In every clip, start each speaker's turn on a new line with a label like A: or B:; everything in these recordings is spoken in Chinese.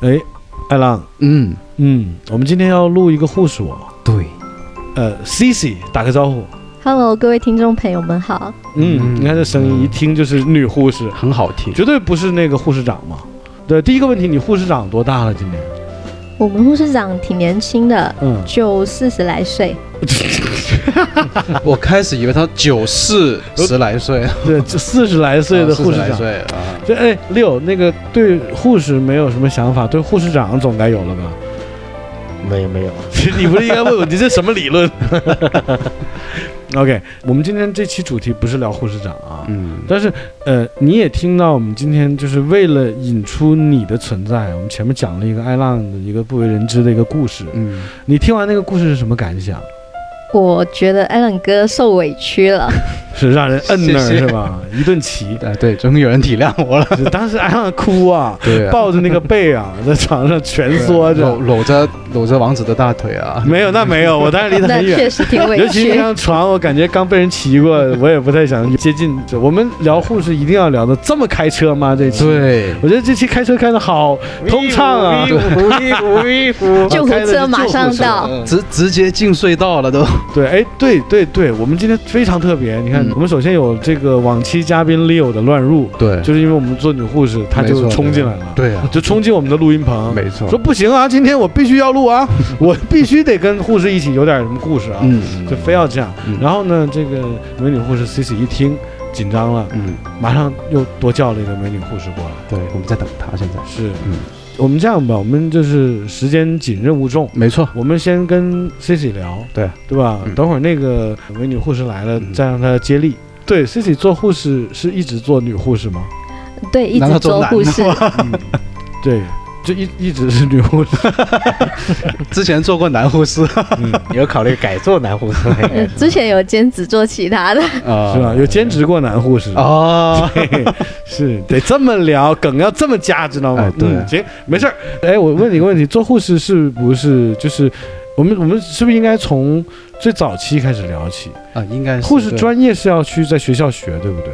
A: 哎，艾浪，
B: 嗯，
A: 嗯，我们今天要录一个护士，
B: 对，
A: 呃，Cici 打个招呼。
C: Hello，各位听众朋友们好。
A: 嗯，
B: 嗯
A: 你看这声音一听就是女护士，
B: 很好听。
A: 绝对不是那个护士长嘛。对，第一个问题，你护士长多大了？今年？
C: 我们护士长挺年轻的，
A: 嗯，
C: 就四十来岁。
B: 我开始以为他九四十来岁，
A: 对，哦四十来岁的
B: 啊
A: 护士
B: 40来
A: 长。
B: 岁啊，
A: 这哎，六那个对护士没有什么想法，对护士长总该有了吧？
D: 没没有，
A: 你不是应该问我你这什么理论 ？OK，我们今天这期主题不是聊护士长啊，
B: 嗯，
A: 但是呃，你也听到我们今天就是为了引出你的存在，我们前面讲了一个艾浪的一个不为人知的一个故事。
B: 嗯，
A: 你听完那个故事是什么感想？
C: 我觉得 Allen 哥受委 屈了，
A: 是让人摁那儿
B: 谢谢
A: 是吧？一顿骑，
B: 哎，对，终于有人体谅我了。
A: 就当时艾浪哭啊，
B: 对啊，
A: 抱着那个背啊，在床上蜷缩
B: 搂
A: 着。
B: 搂着搂着王子的大腿啊，
A: 没有，那没有，我当然离得
C: 那
A: 很远。
C: 确实挺委
A: 哎尤其那
C: 屈。
A: 张床，我感觉刚被人骑过，我也不太想接近。我们聊护士一定要聊的这么开车吗？这期，
B: 对，
A: 我觉得这期开车开的好通畅啊！
D: 对，
C: 救护
A: 开的是
C: 车马上
A: 救护车
C: 到，
D: 嗯
B: 直直接进隧道了都。
A: 对，哎，对对对，我们今天非常特别。你看
B: 嗯，
A: 我们首先有这个往期嘉宾 Leo 的乱入，
B: 对
A: 就是因为我们做女护士，她
B: 没
A: 就
B: 错
A: 冲进来了，
B: 对啊，
A: 就冲进我们的录音棚，
B: 没错
A: 说，不行啊，今天我必须要录 啊，我必须得跟护士一起有点什么故事啊，
B: 嗯，
A: 就非要这样。
B: 嗯
A: 然后呢，这个美女护士 C C 一听紧张了，
B: 嗯，
A: 马上又多叫了一个美女护士过来。
B: 对，我们在等他现在。
A: 是，
B: 嗯
A: 我们这样吧，我们就是时间紧，任务重。
B: 没错，
A: 我们先跟 C C 聊，
B: 对
A: 对吧？
B: 嗯
A: 等会儿那个美女护士来了，
B: 嗯
A: 再让她接力。对，C C 做护士是一直做女护士吗？
C: 对，一
B: 难道
C: 直
B: 做
C: 做
B: 男
C: 护
B: 的
C: 士，
A: 对，就一一直是女护士。
B: 之前做过男护士啊
A: 嗯
D: 有考虑改做男护士吗？
C: 嗯 之前有兼职做其 他的，，
A: 是吧？有兼职过男护士，
B: 啊，
A: 嘿 是 得这么聊，梗要这么加，知道吗？
B: 哎对
A: 嗯行，没事儿。哎，我问你个问题，做护士是不是就是我们我们是不是应该从最早期开始聊起？
B: 啊，应该是
A: 护士
B: 对
A: 专业是要去在学校学，对不对？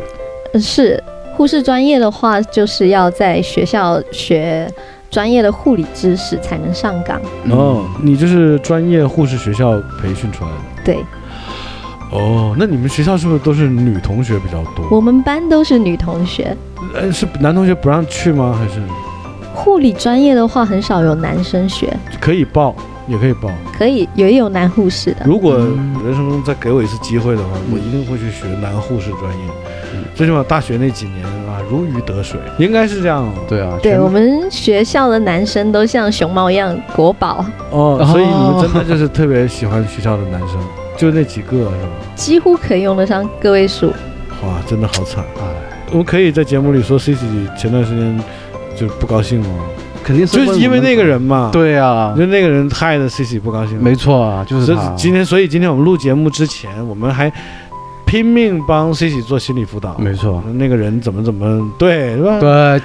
C: 嗯是护士专业的话，就是要在学校学专业的护理知识才能上岗。
A: 哦，你就是专业护士学校培训出来的。
C: 对
A: 哦，那你们学校是不是都是女同学比较
C: 我
A: 多？
C: 们班都是女同学，
A: 呃，是男同学不让去吗？还是
C: 护理专业的话很少有男生学，
A: 可以报，也可以报？
C: 可以也有男护士的。
A: 如果
B: 嗯
A: 人生中再给我一次机会的话，
B: 嗯
A: 我一定会去学男护士专业
B: 嗯。
A: 最起码大学那几年啊，如鱼得水，应该是这样哦。
B: 对啊，
C: 对
B: 全
C: 我们学校的男生都像熊猫一样国宝，
A: 哦
B: 哦，
A: 所以你们真的就是特别喜欢学校的男生，就那几个是吧？
C: 几乎可以用得上个位数。
A: 哇，真的好惨！
B: 哎，
A: 我们可以在节目里说 C C 前段时间就不高兴吗？
B: 肯定是
A: 就是因为那个
B: 人。
A: 人嘛，，
B: 对啊，
A: 就那个人害得 C C 不高兴了。
B: 没错啊，就是
A: 这
B: 他。
A: 今天，所以今天我们录节目之前，我们还拼命帮 C C 做心理辅导。
B: 没错，
A: 那个人怎么怎么对是吧？
B: 对，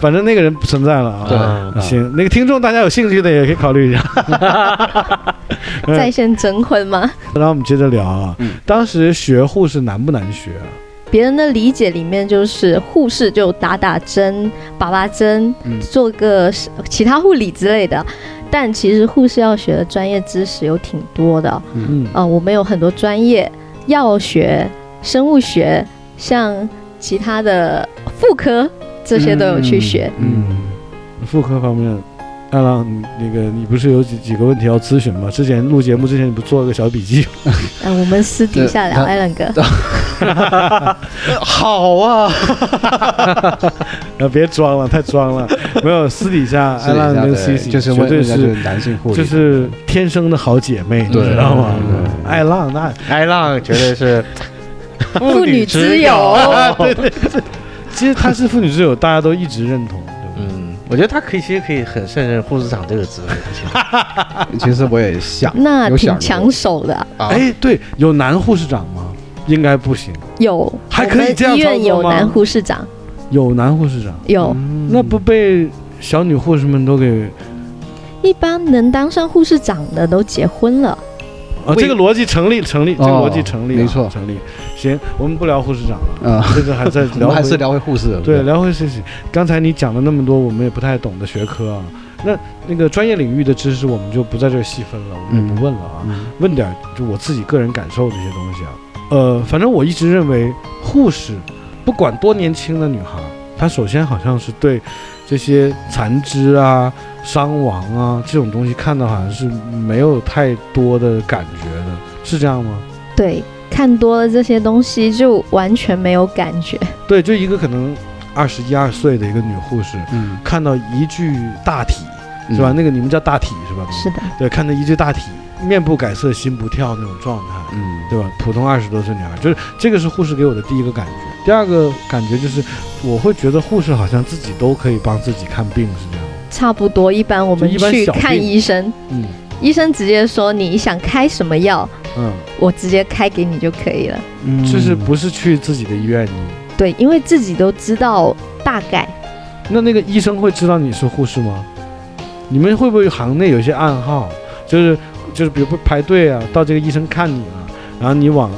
A: 反正那个人不存在了啊。
B: 对
D: 啊
B: 啊
A: 行，那个听众大家有兴趣的也可以考虑一下。 嗯
C: 在线征婚吗？
A: 然后我们接着聊啊，
B: 嗯
A: 当时学护士难不难学啊？
C: 别人的理解里面就是护士就打打针、拔拔针，
B: 嗯
C: 做个其他护理之类的。但其实护士要学的专业知识有挺多的，
B: 嗯，
A: 嗯，
C: 呃，我们有很多专业，药学、生物学，像其他的妇科这些都有去学。
B: 嗯，
A: 妇科方面，艾浪，你那个你不是有几几个问题要咨询吗？之前录节目之前你不做了个小笔记吗？
C: 呃，我们私底下聊，
B: 呃他
C: 艾伦哥。
B: 好啊，
A: 啊， 别装了，太装了。没有，私底下
B: 嗯
A: 艾浪跟 C C
B: 私底下就是
A: 绝
B: 问
A: 对
B: 人家就是
A: 是
B: 男性护理，
A: 就是天生的好姐妹，你
B: 对
A: 知道吗
B: 对对？对
A: 艾浪那
D: 艾哎浪绝对是
C: 妇女之友，
A: 其实她是妇女之友，大家都一直认同，对不对？
D: 嗯，我觉得他可以，其实可以很胜任护士长这个职位。
B: 其实我也想，
C: 那
B: 有想
C: 挺
B: 过
C: 抢手的。
B: 嗯
D: 啊
A: 哎，对，有男护士长吗？应该不行。
C: 有，
A: 还
C: 我
A: 可以
C: 们
A: 这样
C: 医
A: 操
C: 院
A: 作
C: 有
A: 吗嗯
C: 男护士长，
A: 有男护士长，
C: 有。
B: 嗯
A: 那不被小女护士们都给
C: 一般能当上护士长的都结婚了，
A: 哦，
B: 为哦
A: 这个逻辑成立，成立，这个逻辑成立啊，
B: 没错
A: 成立。行，我们不聊护士长 了，
B: 啊，
A: 这个还在
B: 我
A: 聊
B: 们
A: 回，
B: 还是聊回护士的。
A: 对，聊回学习。刚才你讲了那么多我们也不太懂的学科啊，那那个专业领域的知识我们就不在这儿细分了，我们就不问了啊。
B: 嗯
A: 问点儿就我自己个人感受这些东西啊。呃，反正我一直认为，护士不管多年轻的女孩，她首先好像是对这些残肢啊、伤亡啊这种东西看到好像是没有太多的感觉的，是这样吗？
C: 对，看多了这些东西就完全没有感觉。
A: 对，就一个可能二十一二岁的一个女护士，
B: 嗯，
A: 看到一具大体是吧？
B: 嗯
A: 那个你们叫大体是吧？
C: 是的，
A: 对，看到一具大体，面不改色心不跳那种状态。
B: 嗯，
A: 对吧？普通二十多岁女孩，就是这个是护士给我的第一个感觉。第二个感觉就是，我会觉得护士好像自己都可以帮自己看病，是这样吗。
C: 差不多。一般我们
A: 就一般
C: 去
A: 小病
C: 看医生，
A: 嗯
C: 医生直接说你想开什么药，
A: 嗯，
C: 我直接开给你就可以了。
B: 嗯
A: 就是不是去自己的医院，你
C: 对，因为自己都知道大概。
A: 那那个医生会知道你是护士吗？你们会不会行内有一些暗号？就是就是，比如说排队啊，到这个医生看你了，然后你往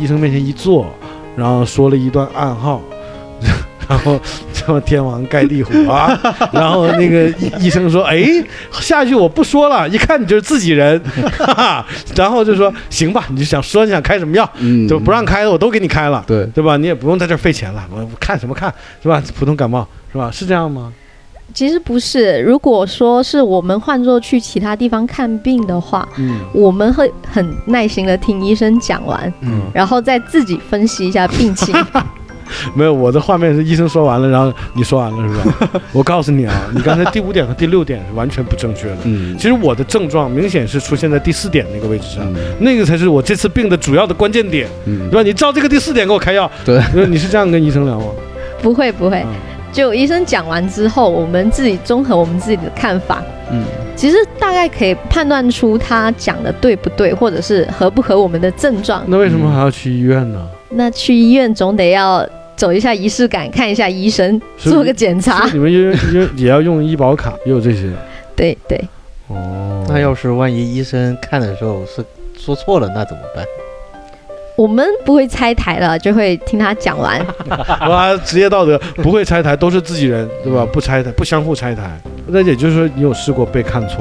A: 医生面前一坐，然后说了一段暗号， 然后什么天王盖地虎啊， 然后那个医医生说，哎，下一句我不说了，一看你就是自己人， 哈哈，然后就说行吧，你就想说你想开什么药，
B: 嗯
A: 就不让开的我都给你开了，
B: 对，
A: 对吧？你也不用在这儿费钱了，我我看什么看是吧？普通感冒是吧？是这样吗？
C: 其实不是，如果说是我们换作去其他地方看病的话，
A: 嗯
C: 我们会很耐心的听医生讲完，
A: 嗯，
C: 然后再自己分析一下病 情。
A: 没有，我的画面是医生说完了，然后你说完了是吧？ 我告诉你啊，你刚才第五点和第六点是完全不正确的。
B: 嗯
A: 其实我的症状明显是出现在第四点那个位置上，
B: 嗯
A: 那个才是我这次病的主要的关键点，
B: 嗯
A: 对，吧？你照这个第四点给我开药，
B: 对
A: 你说你是这样跟医生聊吗？
C: 不会不会
A: 嗯，
C: 就医生讲完之后，我们自己综合我们自己的看法，
B: 嗯
C: 其实大概可以判断出他讲的对不对，或者是合不合我们的症状。
A: 那为什么还要去医院呢？
C: 那去医院总得要走一下仪式感，看一下医生，
A: 是
C: 做个检查。
A: 你们也也也要用医保卡，也有这些
C: 对对，
A: 哦。
D: 那要是万一医生看的时候是说错了，那怎么办？
C: 我们不会拆台了，就会听他讲完。
A: 啊，职业道德不会拆台，都是自己人，对吧？不拆台，不相互拆台。那也就是说，你有试过被看错？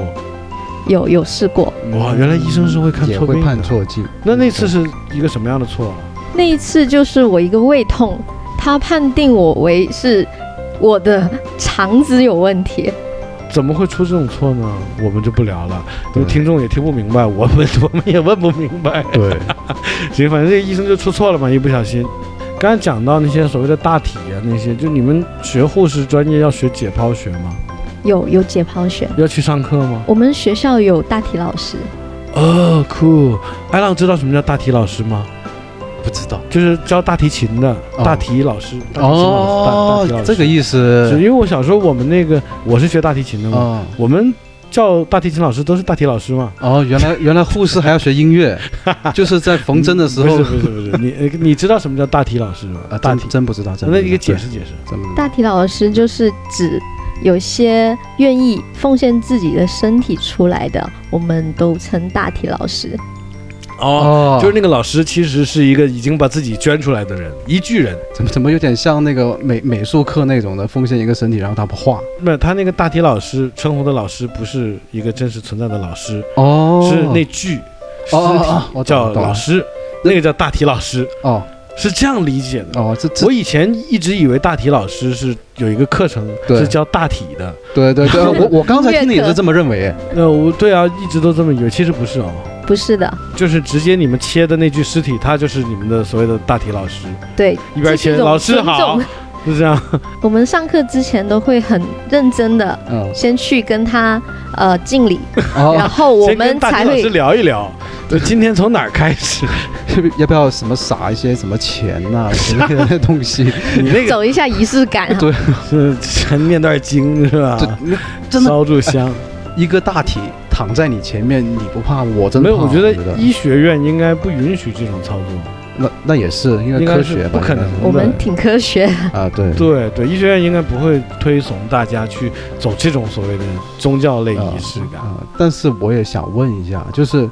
C: 有有试过，
A: 哇，原来医生是会看
B: 也
A: 错
B: 会
A: 病
B: 判
A: 的。
B: 错镜。
A: 那那次是一个什么样的错啊？
C: 那一次就是我一个胃痛，他判定我为是我的肠子有问题。
A: 怎么会出这种错呢？我们就不聊了，因
B: 对
A: 为听众也听不明白，我们 我们也问不明白。
B: 嗯对，
A: 行，反正这个医生就出错了嘛，一不小心。刚才讲到那些所谓的大体啊，那些就你们学护士专业要学解剖学吗？
C: 有有解剖学，
A: 要去上课吗？
C: 我们学校有大体老师，
A: 哦，酷！艾浪知道什么叫大体老师吗？
D: 不知道，
A: 就是教大提琴的
B: 哦
A: 大提老师。大提琴老
B: 哦
A: 师大大提老，师
B: 这个意
A: 是因
B: 思。
A: 为我小时候我们那个我是学大提琴的嘛，
B: 哦
A: 我们叫大提琴老师都是大提老师嘛。
B: 哦，原来原来护士还要学音乐，就是在缝针 的时候
A: 不是不是不是，你呃你知道什么叫大提老师吗？
B: 啊，
A: 大
B: 真
A: 提，
B: 真不知道，真
A: 那
B: 不知
A: 你给
B: 道
A: 解，释解释。
B: 对真不知道
C: 大体老师就是指有些愿意奉献自己的身体出来的，我们都称大体老师。
A: 哦，
B: 哦，
A: 就是那个老师其实是一个已经把自己捐出来的人，一巨人。
B: 怎么怎么有点像那个美美术课那种的，奉献一个身体，然后他不画
A: 不是他那个大提老师称呼的老师不是一个真实存在的老师，
B: 哦
A: 是那具尸
B: 哦哦哦
A: 体
B: 我懂
A: 叫
B: 我懂
A: 老师，那个叫大提老师，
B: 哦
A: 是这样理解的。
B: 哦，这这
A: 我以前一直以为大体老师是有一个课程
B: 对
A: 是教大体的，
B: 对对对，我我刚才听你也是这么认为，
A: 那我对啊，一直都这么以为，其实不是哦，
C: 不是的，
A: 就是直接你们切的那具尸体，他就是你们的所谓的大体老师，
C: 对，
A: 一边切
C: 这是一种
A: 老师好
C: 尊，
A: 是这样。
C: 我们上课之前都会很认真的
B: 嗯，
C: 先去跟他呃敬礼，然
B: 哦，
C: 后我
A: 先跟
C: 们
A: 大
C: 才
A: 体老
C: 会
A: 师聊一聊，就今天从哪儿开始？
B: 要不要什么撒一些什么钱呐之类的 东西？
A: 你那个
C: 走一下仪式感哈。
B: 对
A: 是先念段经是吧
B: 这？真的
A: 烧炷 香。
B: 一个大体躺在你前面，你不怕，我真
A: 没
B: 怕。
A: 有，我觉得
B: 一
A: 医学院应该不允许这种操作。
B: 那那也是因为
A: 应该
B: 科
A: 是
B: 学吧
A: 不可能
B: 应
C: 我们挺科学，
B: 该是啊，对
A: 对对，医学院应该不会推崇大家去走这种所谓的宗教类仪式感。
B: 啊啊，但是我也想问一下，就是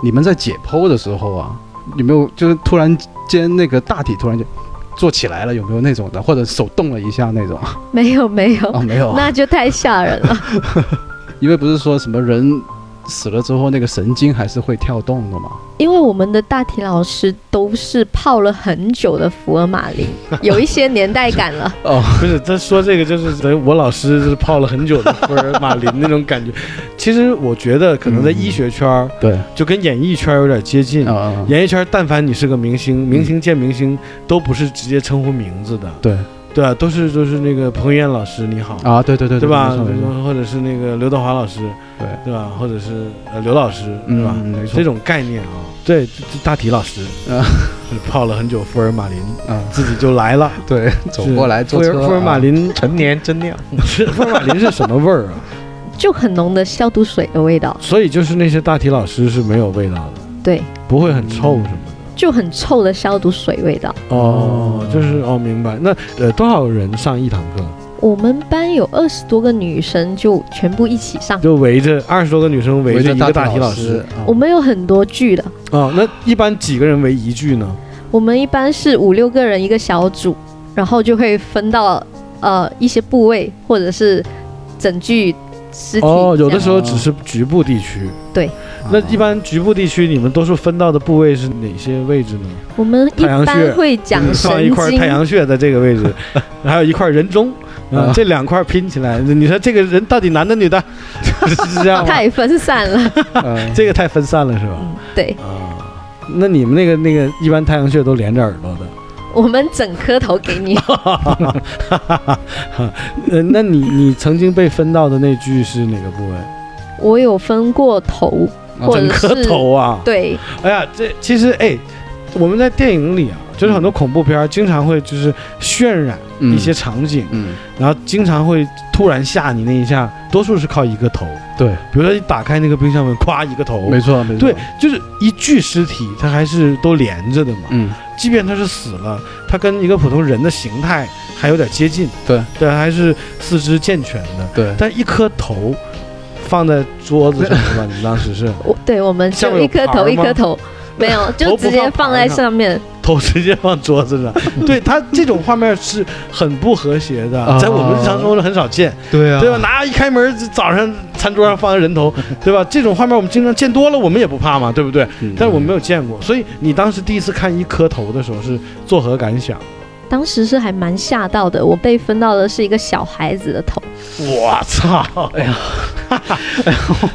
B: 你们在解剖的时候啊，有没有就是突然间那个大体突然就做起来了，有没有那种的，或者手动了一下那种？
C: 没有没有，
B: 哦，没有啊，
C: 那就太吓人 了。
B: 因为不是说什么人死了之后那个神经还是会跳动的嘛？
C: 因为我们的大体老师都是泡了很久的福尔马 林，有一些年代感了。
B: 哦，
A: 不是，他说这个就是等于我老师是泡了很久的福尔马林那种 感觉。其实我觉得可能在医学圈儿
B: 对，
A: 就跟演艺圈儿有点接近。
B: 啊、
A: 演艺圈儿，但凡你是个明
B: 嗯
A: 星，明星见明星都不是直接称呼名字的，
B: 对
A: 对啊，都是就是那个彭于晏老师你好，
B: 啊，对对对
A: 对吧？
B: 没错没错
A: 或者是那个刘德华老师，
B: 对
A: 对吧？或者是呃刘老师，
B: 嗯
A: 对吧？
B: 嗯没错
A: 这种概念啊，对，这这大体老师
B: 啊
A: 就是泡了很久福尔马林，
B: 啊，
A: 自己就来了，
B: 对，走过来坐
A: 嗯是
B: 车
A: 福尔福尔马
B: 啊
A: 林
D: 陈年真酿，
A: 是福尔马林是什么味儿啊？
C: 就很浓的消毒水的味道，
A: 所以就是那些大体老师是没有味道的，
C: 对，
A: 不会很臭什么的。
C: 就很臭的消毒水味道。
A: 哦，就是哦，明白。那呃，多少人上一堂课？
C: 我们班有二十多个女生，就全部一起上。
A: 就围着二十多个女生围着一个大体
B: 体
A: 老
B: 师
A: 师。，
B: 啊
C: 我们有很多剧的，
A: 哦，那一般几个人围一句呢？
C: 我们一般是五六个人一个小组，然后就会分到呃一些部位或者是整具尸体。
A: 哦，有的
C: 这样
A: 时候只是局部地区。啊那一般局部地区，你们都是分到的部位是哪些位置呢？
C: 我们一
A: 太阳穴
C: 般会讲
A: 放
C: 神
A: 一块
C: 经
A: 太，阳穴在这个位 置，还有一块人中，啊
B: 啊，
A: 这两块拼起来，你说这个人到底男的女的？ 是这样吗？
C: 啊太分散 了。
B: 呃
A: 这个太分散了是吧？
C: 嗯，对，
A: 啊，那你们那个那个一般太阳穴都连着耳朵的，
C: 我们整颗头给你。
A: 呃，那你你曾经被分到的那句是哪个部位？
C: 我有分过头，或者
A: 整颗
C: 是
A: 头啊！
C: 对，
A: 哎呀，这其实哎，我们在电影里啊，就是很多恐怖片儿经常会就是渲染一些，场景，
B: 嗯
A: 然后经常会突然吓你那一下，多数是靠一个头，
B: 嗯，对，
A: 比如说一打开那个冰箱门，咵一个头。
B: 没错没错，
A: 对，就是一具尸体，它还是都连着的嘛。
B: 嗯，
A: 即便他是死了，他跟一个普通人的形态还有点接近，
B: 对
A: 对，还是四肢健全的，
B: 对，
A: 但一颗头放在桌子上是吧？你们当 时是
C: 我对我们
A: 下
C: 就
A: 面有
C: 一颗
A: 盘儿
C: 头一
A: 吗
C: 颗头，没有
A: 头
C: 就
A: 不
C: 直接
A: 放
C: 放
A: 盘
C: 在
A: 上
C: 上面。
A: 头直接放桌子上， 对他这种画面是很不和谐的，
B: 啊
A: 在我们日常生活中很少见，
B: 对啊
A: 对吧？拿一开门早上餐桌上放个人 头，对吧？这种画面我们经常见多了，我们也不怕嘛，对不对？但是我没有见过，所以你当时第一次看一颗头的时候是作何感想？
C: 当时是还蛮吓到的，我被分到的是一个小孩子的头，
A: 我操！哎呀，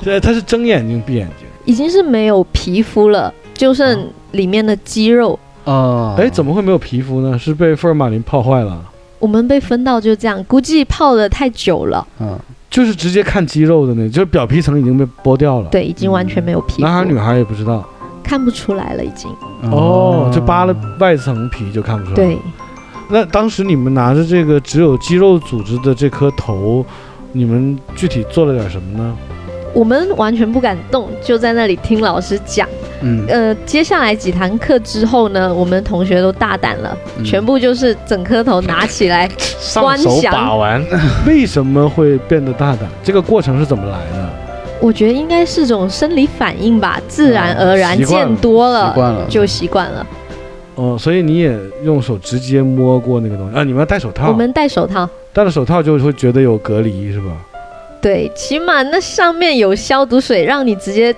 A: 对，他是睁眼睛闭眼睛。
C: 已经是没有皮肤了，就
A: 嗯
C: 剩里面的肌肉。
B: 啊，
A: 哎，怎么会没有皮肤呢？是被福尔马林泡坏了？
C: 我们被分到就这样，估计泡的太久了，
B: 嗯
A: 就是直接看肌肉的那，就是表皮层已经被剥掉了。，
C: 对，已经完全没有
B: 嗯
C: 皮肤，
A: 男孩女孩也不知道。
C: 看不出来了，已经。
B: 嗯
A: 哦，就扒了外层皮就看不出来。
C: 对，，
A: 那当时你们拿着这个只有肌肉组织的这颗头，你们具体做了点什么呢？
C: 我们完全不敢动，就在那里听老师讲。
B: 嗯，
C: 呃，接下来几堂课之后呢，我们同学都大胆了，
B: 嗯
C: 全部就是整颗头拿起来，
D: 上手把玩，
A: 为什么会变得大胆？这个过程是怎么来的？
C: 我觉得应该是种生理反应吧，自然而然
A: 习惯了
C: 见多
B: 习
C: 了
B: 惯了，
C: 就习惯了。
A: 哦，所以你也用手直接摸过那个东西啊？你们要戴手套，
C: 我们戴手套，
A: 戴了手套就会觉得有隔离是吧？
C: 对，起码那上面有消毒水，让你直接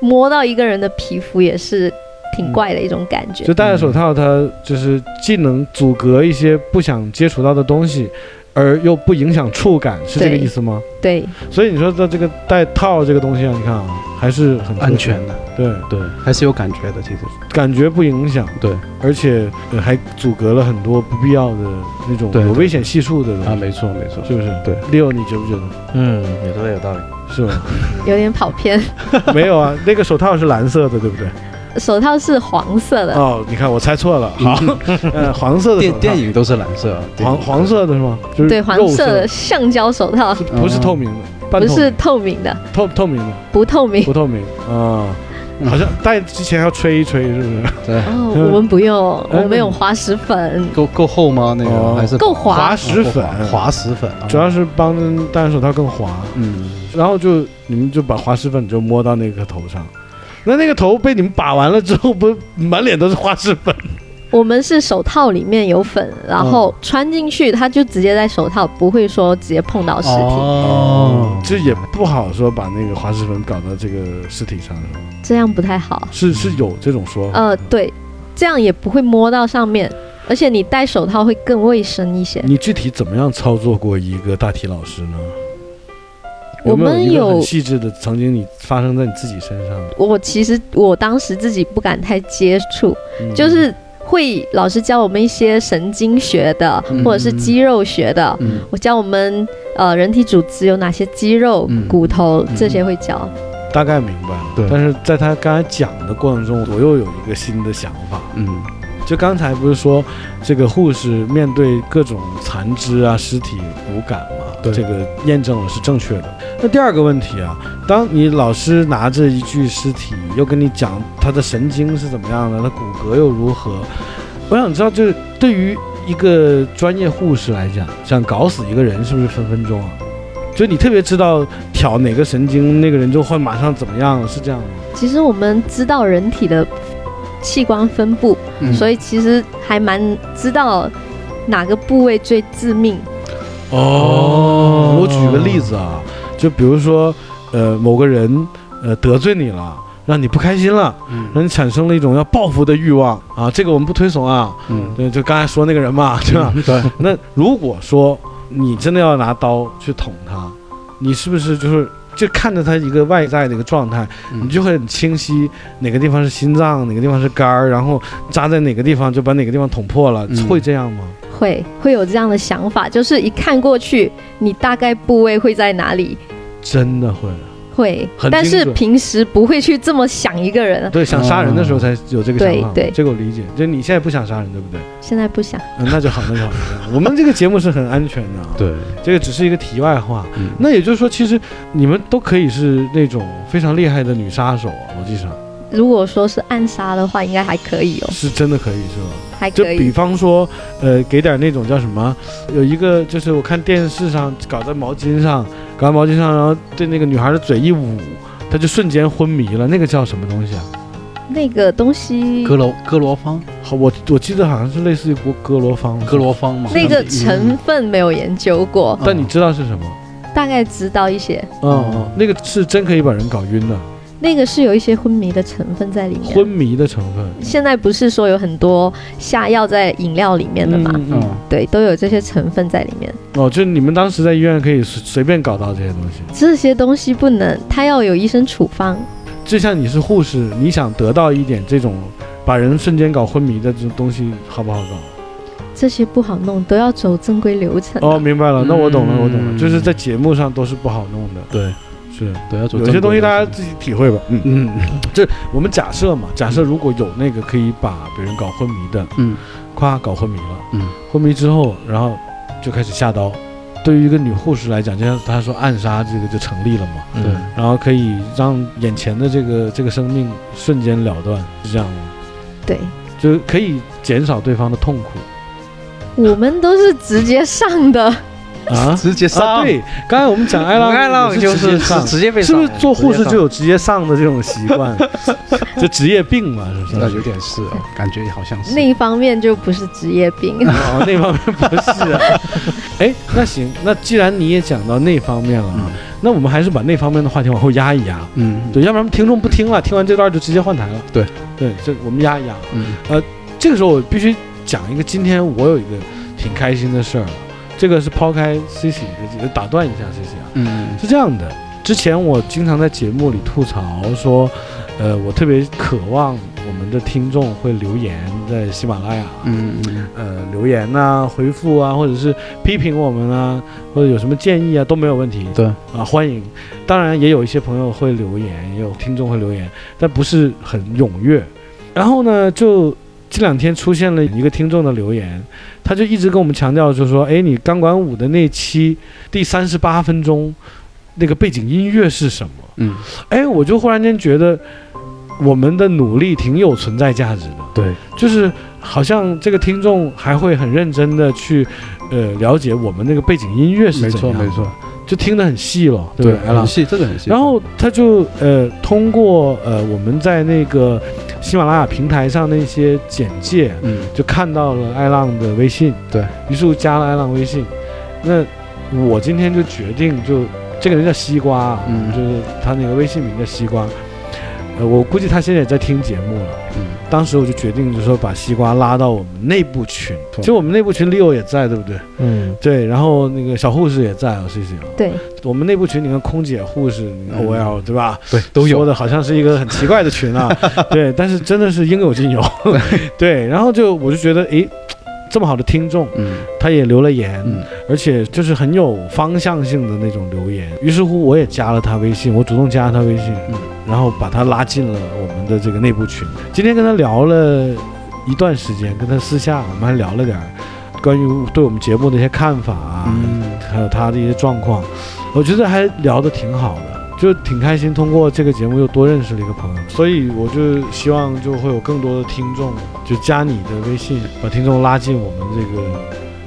C: 摸到一个人的皮肤，也是挺怪的一种感觉。
A: 就戴了手套，它就是既能阻隔一些不想接触到的东西，而又不影响触感，是这个
C: 对
A: 意思吗？
C: 对，
A: 所以你说的这个戴套这个东西啊，你看啊，还是很
B: 安全，的，
A: 对，
B: 对，还是有感觉的，其实，
A: 感觉不影响，
B: 对，
A: 而且、呃还阻隔了很多不必要的那种
B: 对
A: 有危险系数的
B: 啊，
A: 东西，
B: 没错没错，
A: 是不是？
B: 对
A: 六，你觉不觉得？
D: 嗯，你说的有道理。
A: 是吧？
C: 有点跑偏。
A: 没有啊，那个手套是蓝色的，对不对？
C: 手套是黄色的，
A: 哦，你看我猜错了，好， 呃，黄色的手
B: 电
A: 套
B: 电影都是蓝色，啊电
A: 黄
B: 影
A: 黄色的是吗？就是
C: 对，黄
A: 肉
C: 色
A: 色
C: 的橡胶手套，
A: 是不是透明的，半
C: 不
A: 透
C: 是
A: 明
C: 透明的，
A: 透透明的，
C: 不透明。
A: 不透明啊。
B: 嗯
A: 好像戴之前要吹一吹，是不 是？
B: 对，
C: 哦，
A: 嗯
C: 我们不用，
A: 哎
C: 我们有滑石粉，
B: 够够厚吗？那
A: 哦
B: 个还是
C: 够滑
A: 滑石
B: 够
A: 粉，
B: 滑石粉，
A: 主要是帮戴上手套更滑。
B: 嗯，
A: 然后就你们就把滑石粉就摸到那个头上，那那个头被你们把完了之后，不满脸都是花式粉？
C: 我们是手套里面有粉，然后
A: 嗯
C: 穿进去，它就直接在手套，不会说直接碰到尸体。
B: 哦，
A: 这也不好说把那个花式粉搞到这个尸体上，是吧？
C: 这样不太好。
A: 是是有这种说法。
C: 呃，对，这样也不会摸到上面，而且你戴手套会更卫生一些。
A: 你具体怎么样操作过一个大体老师呢？
C: 我
A: 没有
C: 们
A: 一个很
C: 有，
A: 细致的曾经你发生在你自己身上的？
C: 我其实我当时自己不敢太接触，
A: 嗯
C: 就是会老师教我们一些神经学的
B: 嗯
C: 或者是肌肉学的，
B: 嗯
C: 我教我们呃人体组织有哪些肌肉、
B: 嗯
C: 骨头
B: 嗯
C: 这些会教。
A: 大概明白了。
B: 对
A: 但是在他刚才讲的过程中，我又有一个新的想法。
B: 嗯
A: 就刚才不是说这个护士面对各种残肢啊、尸体无感嘛？
B: 对
A: 这个验证了是正确的。那第二个问题啊，当你老师拿着一具尸体，又跟你讲他的神经是怎么样的，他骨骼又如何，我想知道，就是对于一个专业护士来讲，想搞死一个人是不是分分钟啊？就你特别知道挑哪个神经，那个人就会马上怎么样，是这样吗？
C: 其实我们知道人体的器官分布，
B: 嗯，
C: 所以其实还蛮知道哪个部位最致命。
B: 哦
A: 我举个例子啊，就比如说，呃，某个人呃得罪你了，让你不开心了，
B: 嗯
A: 让你产生了一种要报复的欲望啊，这个我们不推崇啊。
B: 嗯
A: 对，就刚才说那个人嘛， 对吧？
B: 对，
A: 那如果说你真的要拿刀去捅他，你是不是就是？就看着他一个外在的一个状态，
B: 嗯
A: 你就会很清晰哪个地方是心脏，哪个地方是肝儿，然后扎在哪个地方就把哪个地方捅破了，
B: 嗯
A: 会这样吗？
C: 会会有这样的想法，就是一看过去，你大概部位会在哪里？
A: 真的会。
C: 会
A: 很，
C: 但
A: 精
C: 是
A: 准
C: 平时不会去这么想一个人。
A: 对，想杀人的
B: 哦
A: 时候才有这个想法嘛。
C: 对对
A: 这个我理解。就你现在不想杀人，对不对？
C: 现在不想，
A: 嗯，那就好，那就好。那就好我们这个节目是很安全的啊，
B: 对，
A: 这个只是一个题外话。
B: 嗯
A: 那也就是说，其实你们都可以是那种非常厉害的女杀手啊，逻辑上
C: 如果说是暗杀的话，应该还可以哦，
A: 是真的可以，是吧？
C: 还
A: 就
C: 可
A: 比
C: 以。
A: 方说，呃，给点那种叫什么，有一个就是我看电视上搞在毛巾上，搞在毛巾上，然后对那个女孩的嘴一捂，她就瞬间昏迷了，那个叫什么东西啊？
C: 那个东西，
B: 格罗格罗方
A: 好，我我记得好像是类似于国格罗方，
B: 格罗方嘛，
C: 那个
B: 嗯
C: 成分没有研究过，
A: 但你知道是什么？
C: 大概知道一些。
A: 嗯
B: 嗯
A: 嗯，那个是真可以把人搞晕的，
C: 那个是有一些昏迷的成分在里面。
A: 昏迷的成分。
C: 现在不是说有很多下药在饮料里面的嘛？
A: 嗯嗯
B: 嗯
A: 嗯
C: 对，都有这些成分在里面。
A: 哦，就是你们当时在医院可以随随便搞到这些东西，
C: 这些东西不能，它要有医生处方。
A: 就像你是护士，你想得到一点这种把人瞬间搞昏迷的这种东西，好不好搞？
C: 这些不好弄，都要走正规流程的。
A: 哦，明白了，那我懂了，
B: 嗯
A: 我懂了，就是在节目上都是不好弄的，
B: 对
A: 是
B: 对，要做
A: 有
B: 正
A: 些
B: 规
A: 东西大家
B: 的
A: 自己体会吧。嗯，
B: 嗯
A: 我们假设嘛，假设如果有那个可以把别人搞昏迷的，
B: 嗯
A: 夸搞昏迷了，
B: 嗯，
A: 昏迷之后，然后就开始下刀。对于一个女护士来讲，就像她说暗杀这个就成立了嘛，
B: 对
D: 嗯，
A: 然后可以让眼前的这个这个生命瞬间了断，是这样吗？
C: 对，
A: 就是可以减少对方的痛苦
C: 我们都是直接上的，
A: 啊。
B: 直接
A: 啊，
B: 杀，
A: 对，刚才我们讲艾拉，
D: 爱哎浪就
A: 直接
D: 是
A: 上，
D: 直接被
A: 是不是
D: 上
A: 做护士
D: 直接
A: 就有直接上的这种习惯？ 就职业病嘛，是不
B: 那
A: 是
B: 有？点是哦，
A: 嗯
B: 感觉好像是
C: 那一方面就不是职业 病。
A: 哦，那方面不是啊。哎，那行，那既然你也讲到那方面了啊，
B: 嗯
A: 那我们还是把那方面的话题往后压一压，
B: 嗯
A: 对，要不然听众不听了，听完这段就直接换台了。
B: 对，
A: 对，这我们压一压。
B: 嗯
A: 这个时候我必须讲一个，今天我有一个挺开心的事儿，这个是抛开 C C 的这个打断一下 C C 啊，
B: 嗯
A: 是这样的，之前我经常在节目里吐槽说，呃，我特别渴望我们的听众会留言在喜马拉雅，
B: 嗯嗯
A: 呃留言呐、回复啊，或者是批评我们啊，或者有什么建议啊，都没有问题
B: 对
A: 啊，欢迎。当然也有一些朋友会留言，也有听众会留言，但不是很踊跃。然后呢，就这两天出现了一个听众的留言，他就一直跟我们强调，就说：“哎，你钢管舞的那期第三十八分钟，那个背景音乐是什么
B: 嗯？”
A: 哎，我就忽然间觉得我们的努力挺有存在价值的。
B: 对
A: 就是好像这个听众还会很认真的去，呃，了解我们那个背景音乐是
B: 没
A: 怎
B: 错
A: 样的
B: 没错，
A: 就听得很细了，对不对？嗯
B: 很细，这个很细。
A: 然后他就呃通过呃我们在那个喜马拉雅平台上的一些简介，
B: 嗯，
A: 就看到了艾浪的微信，
B: 对
A: 于是乎加了艾浪微信。那我今天就决定就，这个人叫西瓜啊，
B: 嗯
A: 就是他那个微信名叫西瓜。呃，我估计他现在也在听节目了。
B: 嗯，
A: 当时我就决定，就是说把西瓜拉到我们内部群。
B: 对
A: 其实我们内部群 Leo 也在，对不对？
D: 嗯，
A: 对，然后那个小护士也在啊，谢谢啊。
C: 对，
A: 我们内部群，你看空姐、护士、
B: 嗯
A: OL，对吧？
B: 对，都
A: 说
B: 有。
A: 的好像是一个很奇怪的群 啊，对，但是真的是应有尽有，对，然后就我就觉得，诶，这么好的听众，
B: 嗯
A: 他也留了言，
B: 嗯
A: 而且就是很有方向性的那种留言，于是乎我也加了他微信，我主动加了他微信，
B: 嗯
A: 然后把他拉进了我们的这个内部群。今天跟他聊了一段时间，跟他私下我们还聊了点儿关于对我们节目的一些看法啊，
B: 嗯，
A: 还有他的一些状况，我觉得还聊得挺好的，就挺开心。通过这个节目又多认识了一个朋友，所以我就希望就会有更多的听众就加你的微信，把听众拉进我们这个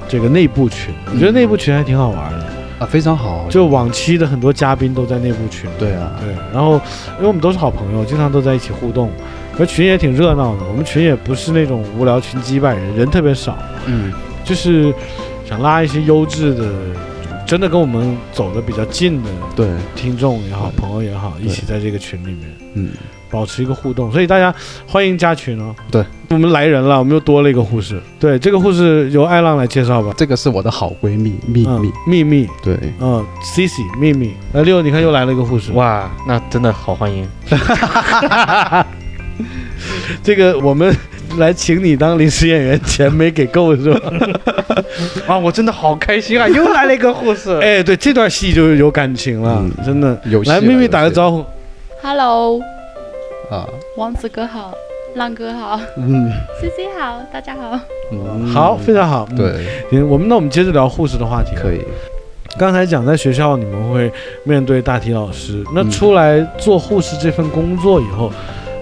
A: 这个内部群。我觉得内部群还挺好玩的，
B: 啊，非常好。
A: 就往期的很多嘉宾都在内部群。
B: 对啊，
A: 对，然后因为我们都是好朋友，经常都在一起互动，而群也挺热闹的。我们群也不是那种无聊群几百人，人特别少。
B: 嗯
A: 就是想拉一些优质的，真的跟我们走的比较近的
B: 对，
A: 听众也好，
B: 对
A: 朋友也好，
B: 对
A: 一起在这个群里面
B: 嗯
A: 保持一个互动。所以大家欢迎加群哦。
B: 对，
A: 我们来人了，我们又多了一个护士。对，这个护士由艾浪来介绍吧。
B: 这个是我的好闺蜜秘密
A: 嗯。，秘密，
B: 对，
A: 嗯，Cici 秘密。来六，你看又来了一个护士。
D: 哇，那真的好欢迎。
A: 这个我们来请你当临时演员，钱没给够是吧？
D: 啊，我真的好开心啊！又来了一个护 士，
A: 哎，对，这段戏就有感情了，
B: 嗯
A: 真的。
B: 有戏
A: 来，
B: 了
A: 秘密
B: 有
A: 打个
B: 戏
A: 招呼。
E: Hello，
B: 啊，
E: 王子哥好，浪哥好
B: 嗯
E: ，C C 好，大家好。
B: 嗯
A: 好，非常嗯好。嗯
B: 对，
A: 行，我们那我们接着聊护士的话题。啊
B: 可。以。
A: 刚才讲在学校你们会面对大体老师，那
B: 嗯
A: 出来做护士这份工作以后，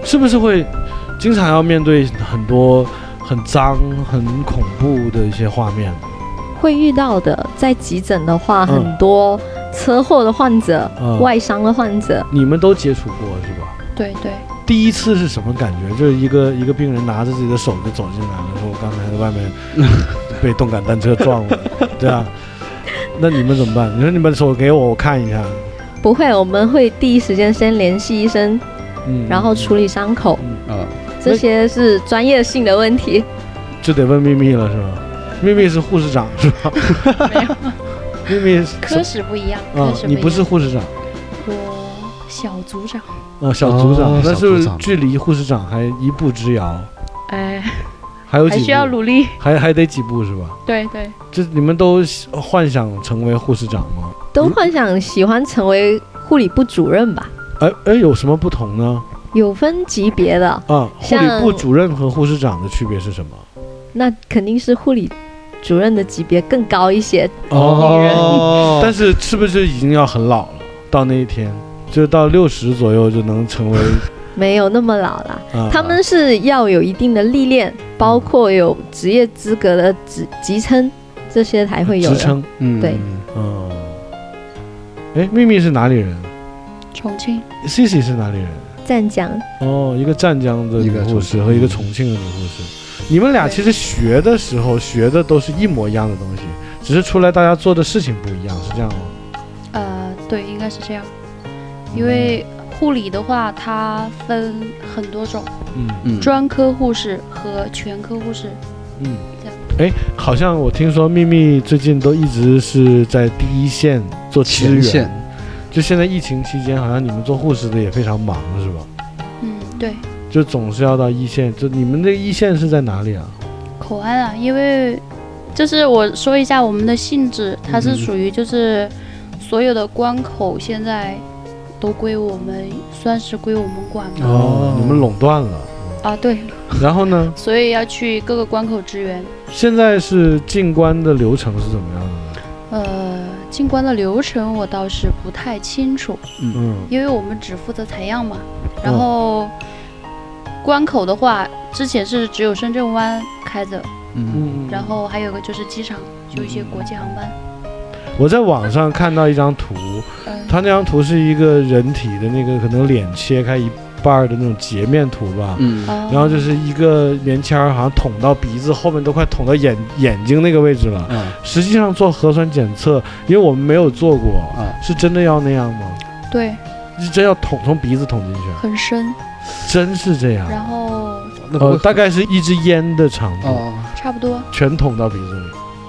A: 是不是会经常要面对很多很脏、很恐怖的一些画面？
C: 会遇到的，在急诊的话，
A: 嗯
C: 很多车祸的患者、
A: 嗯
C: 外伤的患者，
A: 你们都接触过是吧？
E: 对对，
A: 第一次是什么感觉？就是一个一个病人拿着自己的手就走进来了，说我刚才在外面 被动感单车撞了，对啊。那你们怎么办？你说你们手给我，我看一下。
C: 不会，我们会第一时间先联系医生，
A: 嗯，
C: 然后处理伤口，
B: 啊，
C: 这些是专业性的问题。
A: 嗯就得问秘密了，是吧？秘密是护士长是吧？
E: 没有，
A: 秘密是
E: 科室不一样，
A: 啊
E: 科，室
A: 你
E: 不
A: 不
E: 一
A: 是
E: 样。
A: 护士长
E: 我小组长，
A: 啊，小组长
B: 哦，
A: 那
B: 小
A: 是不
B: 组
A: 是
B: 长
A: 距离护士长还一步之遥，
E: 哎，
A: 还有
E: 还
A: 几
E: 需要
A: 步？
E: 努力。
A: 还还得几步是吧？
E: 对对，
A: 这你们都幻想成为护士长吗？
C: 都幻想喜欢成为护理部主任吧，
A: 哎哎，有什么不同呢？
C: 有分级别的，
A: 啊，护理
C: 像
A: 部主任和护士长的区别是什么？
C: 那肯定是护理主任的级别更高一些。
A: 哦，但是是不是已经要很老了？到那一天，就到六十左右就能成为
C: 没有那么老啦，
A: 啊？
C: 他们是要有一定的历练，包括有职业资格的职职称，这些才会有
A: 职
C: 的。
A: 称，
B: 嗯，
C: 对
A: 嗯。哎，秘密是哪里人？
E: 重庆
A: C C 是哪里人？
C: 湛江
A: 哦，一个湛江的
B: 一
A: 女
B: 个
A: 护
B: 重
A: 士
B: 庆
A: 和一个重庆的女护士。你们俩
E: 对
A: 其实学的时候学的都是一模一样的东西，只是出来大家做的事情不一样，是这样吗？
E: 呃，对，应该是这样。因为护理的话，它分很多种，
A: 嗯
B: 嗯，
E: 专科护士和全科护士。
A: 嗯
E: 这样。
A: 哎，好像我听说秘密最近都一直是在第一线做支
B: 前
A: 援，
B: 线，
A: 就现在疫情期间，好像你们做护士的也非常忙，是吧？
E: 嗯，对，
A: 就总是要到一线，就你们这一线是在哪里啊？
E: 口岸啊，因为就是我说一下我们的性质，它是
A: 嗯
E: 属于就是所有的关口现在都归我们，算是归我们管吧。
B: 哦
A: 你们垄断了。
E: 啊，对，
A: 然后呢，
E: 所以要去各个关口支援。
A: 现在是进关的流程是怎么样的呢？
E: 呃，进关的流程我倒是不太清楚，
A: 嗯
E: 因为我们只负责采样嘛。然后关口的话，之前是只有深圳湾开着，
B: 嗯
A: 嗯，
E: 然后还有个就是机场，就一些国际航班。
A: 我在网上看到一张图，
E: 嗯
A: 它那张图是一个人体的那个可能脸切开一半儿的那种截面图吧，
B: 嗯
E: 哦
A: 然后就是一个棉签儿，好像捅到鼻子后面都快捅到眼眼睛那个位置了。
B: 嗯
A: 实际上做核酸检测，因为我们没有做过，
B: 啊
A: 是真的要那样吗？
E: 呃对
A: 是真要捅从鼻子捅进去？啊
E: 很深，
A: 真是这样？
E: 然后
B: 那
A: 呃
B: 不，
A: 大概是一支烟的长度，
B: 哦，
E: 差不多
A: 全捅到鼻子里。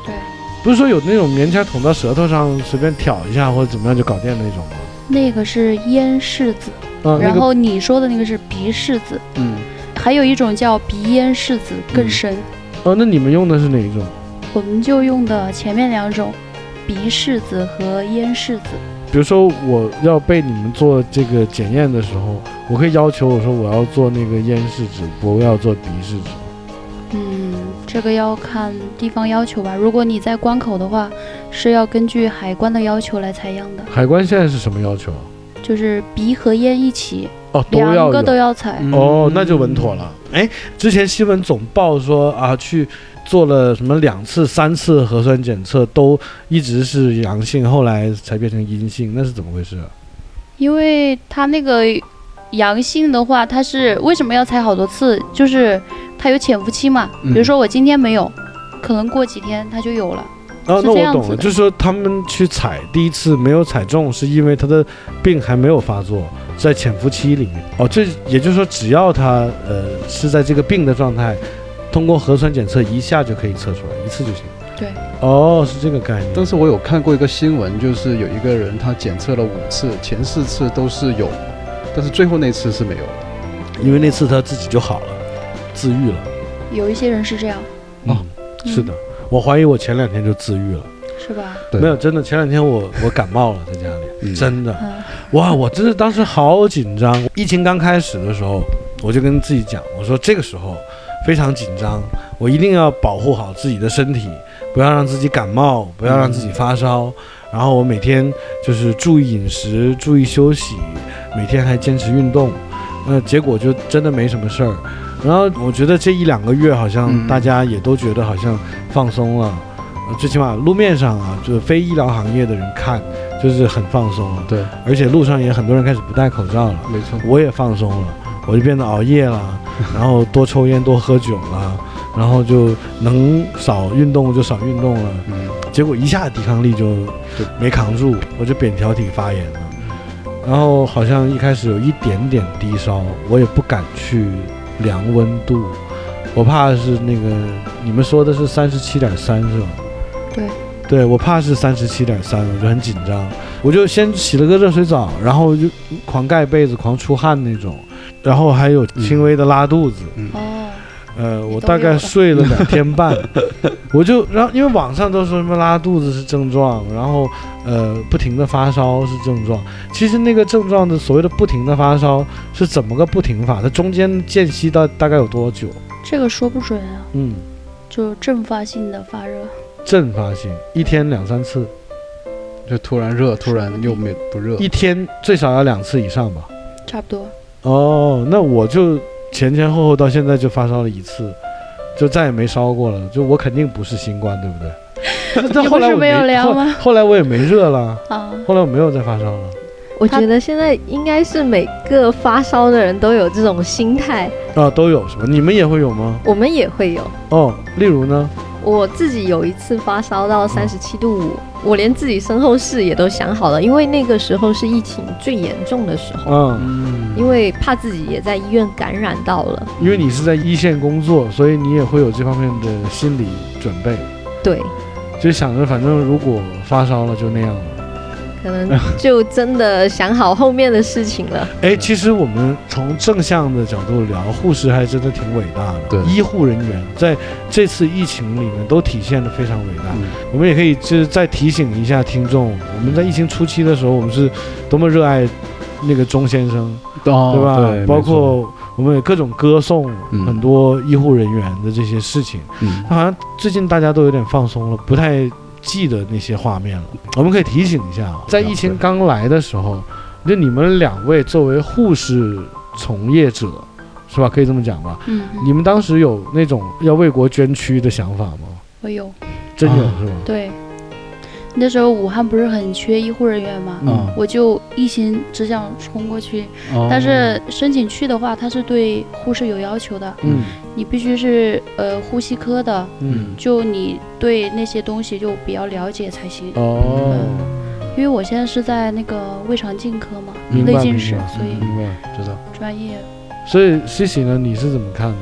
E: 对，
A: 不是说有那种棉签儿捅到舌头上，随便挑一下或者怎么样就搞定那种吗？
E: 那个是咽拭子，
A: 啊、那
E: 然
A: 个
E: 后你说的那个是鼻拭子，
B: 嗯，
E: 还有一种叫鼻咽拭子更
A: 嗯
E: 深，
A: 呃，那你们用的是哪一种？
E: 我们就用的前面两种，鼻拭子和咽拭子。
A: 比如说我要被你们做这个检验的时候，我可以要求我说我要做那个咽拭子，不要做鼻拭子。
E: 嗯，这个要看地方要求吧。如果你在关口的话，是要根据海关的要求来采样的，
A: 海关现在是什么要求？啊
E: 就是鼻和咽一起，
A: 哦，都要
E: 两
A: 有。
E: 个都要采。
A: 哦，那就稳妥了。哎，之前新闻总报说啊，去做了什么两次、三次核酸检测，都一直是阳性，后来才变成阴性，那是怎么回事？啊
E: 因为它那个阳性的话，它是为什么要采好多次？就是它有潜伏期嘛。
B: 嗯
E: 比如说我今天没有，可能过几天它就有了。
A: 啊，那
E: 是这
A: 我
E: 样
A: 懂
E: 子
A: 了，
E: 的
A: 就是说他们去采第一次没有采中，是因为他的病还没有发作，在潜伏期里面。哦，这也就是说，只要他呃是在这个病的状态，通过核酸检测一下就可以测出来，一次就行。
E: 对。
A: 哦，是这个概念。
B: 但是我有看过一个新闻，就是有一个人他检测了五次，前四次都是有，但是最后那次是没有的。
A: 因为那次他自己就好了，自愈了。
E: 有一些人是这样，
A: 哦
B: 哦，
A: 是
E: 嗯
A: 的，我怀疑我前两天就自愈了，
E: 是吧？
B: 对
A: 没有真的，前两天我我感冒了，在家里，
B: 嗯
A: 真的，
E: 嗯，
A: 哇，我真是当时好紧张。疫情刚开始的时候，我就跟自己讲，我说这个时候非常紧张，我一定要保护好自己的身体，不要让自己感冒，不要让自己发烧。然后我每天就是注意饮食，注意休息，每天还坚持运动。呃，结果就真的没什么事儿。然后我觉得这一两个月好像
B: 嗯
A: 大家也都觉得好像放松了，呃最起码路面上啊，就是非医疗行业的人看就是很放松了。
B: 对，
A: 而且路上也很多人开始不戴口罩了，
B: 没错。
A: 我也放松了，我就变得熬夜 了，然后多抽烟多喝酒了，然后就能少运动就少运动了，
B: 嗯，
A: 结果一下抵抗力就
B: 对
A: 没扛住，我就扁桃体发炎了，然后好像一开始有一点点低烧，我也不敢去量温度，我怕是那个你们说的是三十七点三是吧？
E: 对。
A: 对，我怕是三十七点三，我就很紧张，我就先洗了个热水澡，然后就狂盖被子、狂出汗那种，然后还有轻微的拉肚子，
B: 嗯
E: 哦，
A: 呃，
E: 你
A: 我
E: 都
A: 大概
E: 有了
A: 睡了两天半，我就然后因为网上都说什么拉肚子是症状，然后呃不停的发烧是症状，其实那个症状的所谓的不停的发烧是怎么个不停法？它中间间隙到大概有多久？
E: 这个说不准啊，
A: 嗯，
E: 就阵发性的发热。
A: 阵发性，一天两三次，
E: 嗯
B: 就突然热，突然又没不热。
A: 一天最少要两次以上吧。
E: 差不多。
A: 哦，那我就前前后后到现在就发烧了一次，就再也没烧过了。就我肯定不是新冠，对不对？ 但
E: 你
A: 后
E: 不
A: 来
E: 是
A: 我
E: 没有
A: 后
E: 量吗？
A: 后来我也没热了，
E: 啊，
A: 后来我没有再发烧了。
C: 我
E: 他
C: 觉得现在应该是每个发烧的人都有这种心态，
A: 啊，都有是吧？你们也会有吗？
C: 我们也会有。
A: 哦，例如呢？
C: 我自己有一次发烧到三十七度五，我连自己身后事也都想好了，因为那个时候是疫情最严重的时候，
A: 嗯，
B: 嗯，
C: 因为怕自己也在医院感染到了。
A: 因为你是在一线工作，所以你也会有这方面的心理准备，
C: 对，
A: 就想着反正如果发烧了就那样了。
C: 可能就真的想好后面的事情了。
A: 哎，其实我们从正向的角度聊，护士还真的挺伟大的，
B: 对
A: 医护人员在这次疫情里面都体现的非常伟大。
B: 嗯
A: 我们也可以就是再提醒一下听众，我们在疫情初期的时候，我们是多么热爱那个钟先生，
B: 哦
A: 对吧？
B: 对，
A: 包括我们有各种歌颂
B: 嗯
A: 很多医护人员的这些事情，
B: 没错嗯
A: 好像最近大家都有点放松了，不太记得那些画面了。我们可以提醒一下，啊在疫情刚来的时候，就你们两位作为护士从业者，是吧？可以这么讲吧？
E: 嗯，
A: 你们当时有那种要为国捐躯的想法吗？
E: 我有。
A: 真有
B: 啊
A: 是吧？
E: 对，那时候武汉不是很缺医护人员嘛，
B: 嗯
E: 我就一心只想冲过去。
B: 哦
E: 嗯但是申请去的话，它是对护士有要求的，
A: 嗯
E: 你必须是呃呼吸科的，
A: 嗯，
E: 就你对那些东西就比较了解才行。
A: 哦，
E: 因为我现在是在那个胃肠镜科嘛，
A: 明
E: 内
A: 白嗯
E: 镜
A: 明
E: 室
A: 白，
E: 所以
A: 明白。
B: 知道，
E: 专业
A: 所以 C C 呢，你是怎么看呢？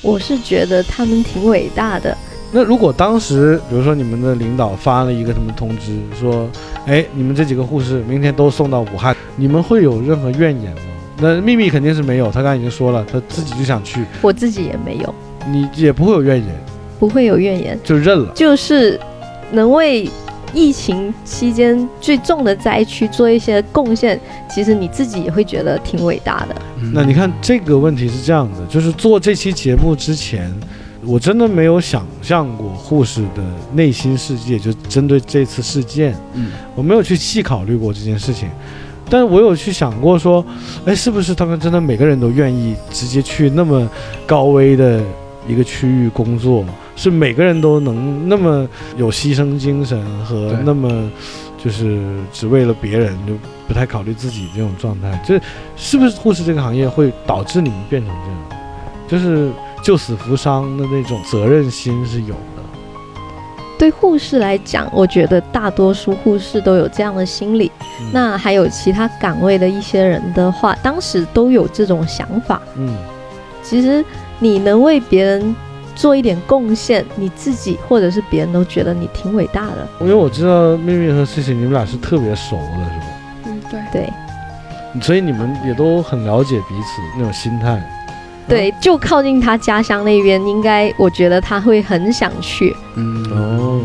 C: 我是觉得他们挺伟大的，
A: 那如果当时，比如说哎你们的领导发了一个什么通知，说，哎，你们这几个护士明天都送到武汉，你们会有任何怨言吗？那秘密肯定是没有，他刚才已经说了，他自己就想去，
C: 我自己也没有，
A: 你也不会有怨言，
C: 不会有怨言，
A: 就认了。
C: 就是能为疫情期间最重的灾区做一些贡献，其实你自己也会觉得挺伟大的。
B: 嗯
A: 那你看这个问题是这样的，就是做这期节目之前，我真的没有想象过护士的内心世界，就针对这次事件，
B: 嗯
A: 我没有去细考虑过这件事情，但是我有去想过说，哎，是不是他们真的每个人都愿意直接去那么高危的一个区域工作？是每个人都能那么有牺牲精神和
B: 对
A: 那么就是只为了别人就不太考虑自己这种状态？这是不是护士这个行业会导致你们变成这样？就是救死扶伤的那种责任心是有的。
C: 对护士来讲，我觉得大多数护士都有这样的心理。
A: 嗯
C: 那还有其他岗位的一些人的话，当时都有这种想法。
A: 嗯
C: 其实你能为别人做一点贡献，你自己或者是别人都觉得你挺伟大的。
A: 因为我知道妹妹和 C C 你们俩是特别熟的，是吧？
E: 嗯对。
C: 对
A: 所以你们也都很了解彼此那种心态。
C: 对，就靠近他家乡那边，应该我觉得他会很想去。
B: 嗯
A: 哦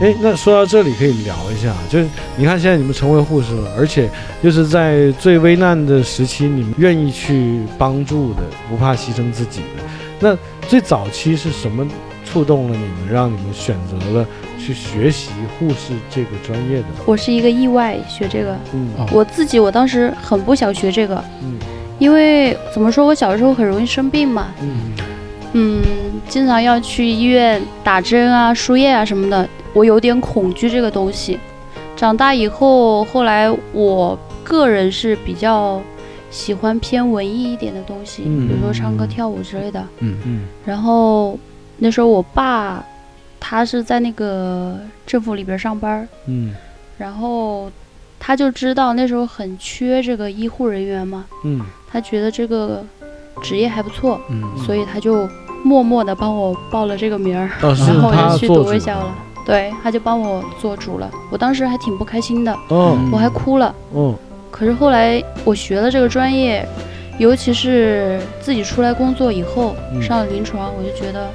A: 哎，那说到这里可以聊一下，就是你看现在你们成为护士了，而且又是在最危难的时期，你们愿意去帮助的，不怕牺牲自己的。那最早期是什么触动了你们，让你们选择了去学习护士这个专业的？
E: 我是一个意外学这个，
A: 嗯
B: 哦
E: 我自己我当时很不想学这个，
A: 嗯
E: 因为怎么说，我小时候很容易生病嘛，
A: 嗯
E: 嗯，经常要去医院打针啊、输液啊什么的，我有点恐惧这个东西。长大以后，后来我个人是比较喜欢偏文艺一点的东西，
A: 嗯
E: 比如说唱歌、跳舞之类的。
A: 嗯
E: 然后那时候我爸他是在那个政府里边上班儿，
A: 嗯
E: 然后他就知道那时候很缺这个医护人员嘛，
A: 嗯
E: 他觉得这个职业还不错，
B: 嗯
E: 所以他就默默的帮我报了这个名儿，
A: 哦，是
E: 然后
A: 他
E: 我就去
A: 做
E: 读
A: 主
E: 一下了
A: 的。。
E: 对，他就帮我做主了，我当时还挺不开心的，
A: 哦
E: 我还哭了。
A: 哦
E: 可是后来我学了这个专业，尤其是自己出来工作以后，
A: 嗯
E: 上了临床，我就觉得，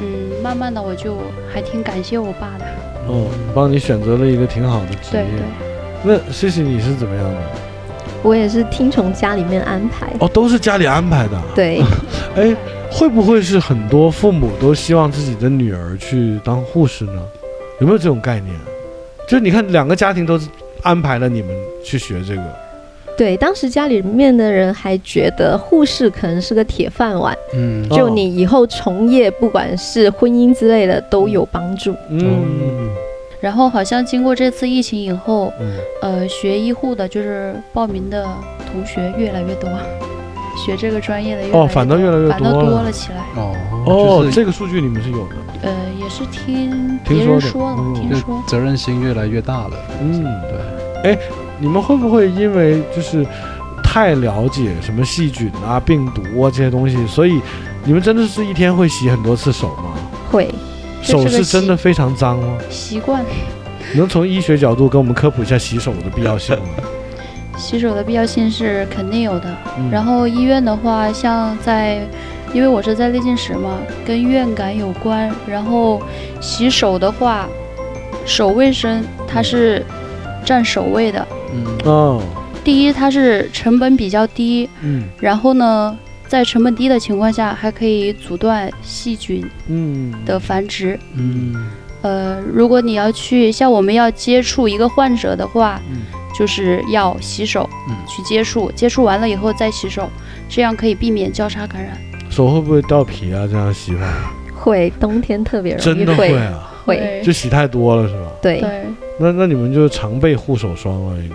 E: 嗯，慢慢的我就还挺感谢我爸的。
A: 哦，帮你选择了一个挺好的职
E: 对嗯
A: 业。
E: 对，
A: 那 C C 你是怎么样的？
C: 我也是听从家里面安排。
A: 哦，都是家里安排的。，
C: 对，
A: 哎，会不会是很多父母都希望自己的女儿去当护士呢？有没有这种概念？就你看，两个家庭都是安排了你们去学这个。
C: 对，当时家里面的人还觉得护士可能是个铁饭碗，
B: 嗯
A: 哦
C: 就你以后从业，不管是婚姻之类的，都有帮助。
A: 嗯
E: 然后好像经过这次疫情以后，
A: 嗯
E: 呃，学医护的就是报名的同学越来越多， 学这个专业的越来越多
A: 哦反倒越来越
E: 反倒
A: 多了
E: 多了起来。
B: 哦
A: 哦
B: 就，是
A: 这个数据你们是有的。
E: 呃，也是听
A: 听
E: 别
A: 说
E: 人说
A: 的
E: 的，
A: 嗯
E: 听
B: 就
E: 说。
B: 责任心越来越大了，
A: 嗯，
B: 对，
A: 你们会不会因为就是太了解什么细菌啊、病毒啊这些东西，所以你们真的是一天会洗很多次手吗？
C: 会，
E: 这
A: 手
E: 是
A: 是
E: 个
A: 真的非常脏吗？
E: 习惯
A: 能从医学角度跟我们科普一下洗手的必要性吗？
E: 洗手的必要性是肯定有的。
A: 嗯
E: 然后医院的话，像在，因为我是在内镜室嘛，跟院感有关。然后洗手的话，手卫生它
A: 嗯
E: 是占首位的。
B: 嗯
A: 哦，
E: 第一，它是成本比较低，
A: 嗯
E: 然后呢，在成本低的情况下，还可以阻断细菌
A: 嗯
E: 的繁殖。
B: 嗯
E: 呃，如果你要去像我们要接触一个患者的话，
A: 嗯
E: 就是要洗手，
B: 嗯
E: 去接触，接触完了以后再洗手，这样可以避免交叉感染。
A: 手会不会掉皮啊？这样洗法
C: 会，冬天特别容
A: 真
C: 易
A: 的
C: 会，
A: 啊，
C: 会，
A: 就洗太多了是吧？
C: 对，
E: 对，
A: 那那那你们就常备护手霜啊了，应该。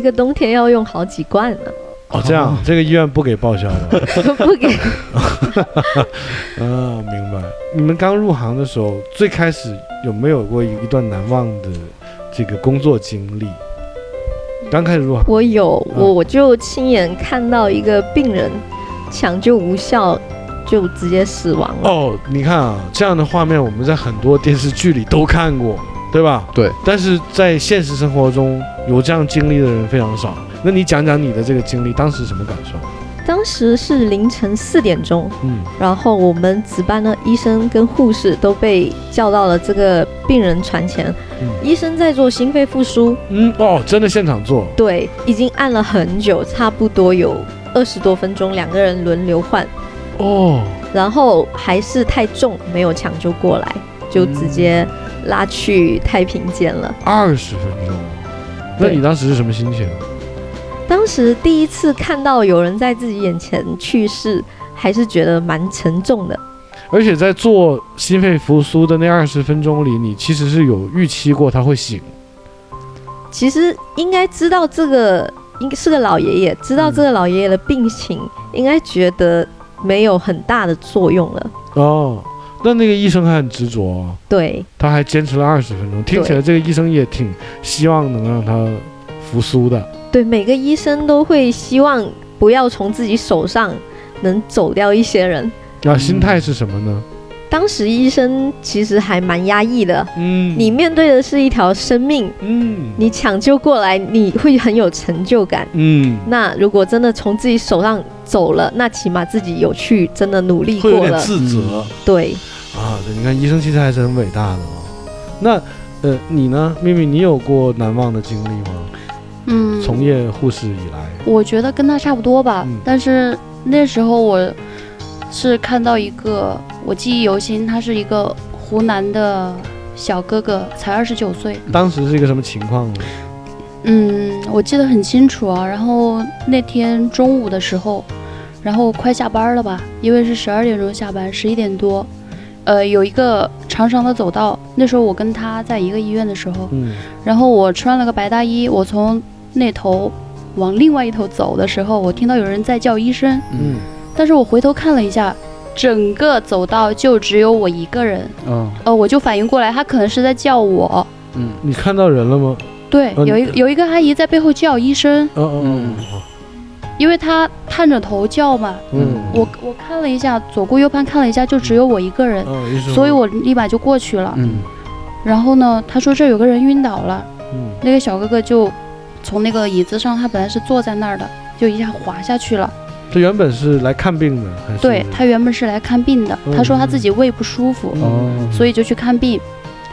C: 一个冬天要用好几罐 呢，
A: 哦，这样，这个医院不给报销的。
C: 不给
A: 嗯、明白。你们刚入行的时候，最开始有没有过一一段难忘的这个工作经历？刚开始入行，
C: 我有，
A: 嗯
C: 我我就亲眼看到一个病人抢救无效就直接死亡了。
A: 哦，你看啊，这样的画面我们在很多电视剧里都看过，对吧？
B: 对。
A: 但是在现实生活中，有这样经历的人非常少。那你讲讲你的这个经历，当时什么感受？
C: 当时是凌晨四点钟，
A: 嗯，
C: 然后我们值班的医生跟护士都被叫到了这个病人床前，
A: 嗯
C: 医生在做心肺复苏，
A: 嗯，哦，真的现场做，
C: 对，已经按了很久，差不多有二十多分钟，两个人轮流换，
A: 哦，
C: 然后还是太重，没有抢救过来，就直接拉去太平间了。
A: 二十分钟。那
C: 对
A: 你当时是什么心情？
C: 当时第一次看到有人在自己眼前去世，还是觉得蛮沉重的。
A: 而且在做心肺复苏的那二十分钟里，你其实是有预期过他会醒。
C: 其实应该知道这个应该是个老爷爷，知道
F: 嗯
C: 这个老爷爷的病情，应该觉得没有很大的作用了。
A: 哦，那那个医生还很执着啊，
C: 对，
A: 他还坚持了二十分钟。听起来这个医生也挺希望能让他复苏的。
C: 对，每个医生都会希望不要从自己手上能走掉一些人。
E: 嗯
A: 那、心态是什么呢？
C: 当时医生其实还蛮压抑的，
A: 嗯
C: 你面对的是一条生命，
A: 嗯
C: 你抢救过来，你会很有成就感。
A: 嗯，
C: 那如果真的从自己手上走了，那起码自己有去真的努力
F: 会有
C: 过
F: 点
C: 了。
F: 自责。
C: 对，
A: 啊，对，你看医生其实还是很伟大的哦。那呃，你呢，秘密，你有过难忘的经历吗？
E: 嗯，
A: 从业护士以来，
E: 我觉得跟他差不多吧，
A: 嗯
E: 但是那时候我是看到一个我记忆犹新，他是一个湖南的小哥哥，才二十九岁，
A: 当时是一个什么情况呢？
E: 嗯，我记得很清楚啊。然后那天中午的时候，然后快下班了吧，因为是十二点钟下班，十一点多，呃，有一个长长的走道，那时候我跟他在一个医院的时候，
A: 嗯
E: 然后我穿了个白大衣，我从那头往另外一头走的时候，我听到有人在叫医生。
A: 嗯，
E: 但是我回头看了一下，整个走道就只有我一个人，
B: 嗯
E: 呃，我就反应过来，他可能是在叫我。
B: 嗯
A: 你看到人了吗？
E: 对，
A: 哦
E: 有一
A: 你
E: 有一个阿姨在背后叫医生，
A: 哦哦
B: 嗯
A: 哦
E: 因为她探着头叫嘛。
A: 哦，嗯，
E: 我我看了一下，左顾右盼看了一下，就只有我一个人，
A: 哦，医生
E: 所以我立马就过去了。
B: 嗯
E: 然后呢，他说这有个人晕倒了，
A: 嗯
E: 那个小哥哥就从那个椅子上，他本来是坐在那儿的，就一下滑下去了。
A: 他原本是来看病的，还是
E: 对他原本是来看病的，他说他自己胃不舒服，
B: 哦，
E: 所以就去看病。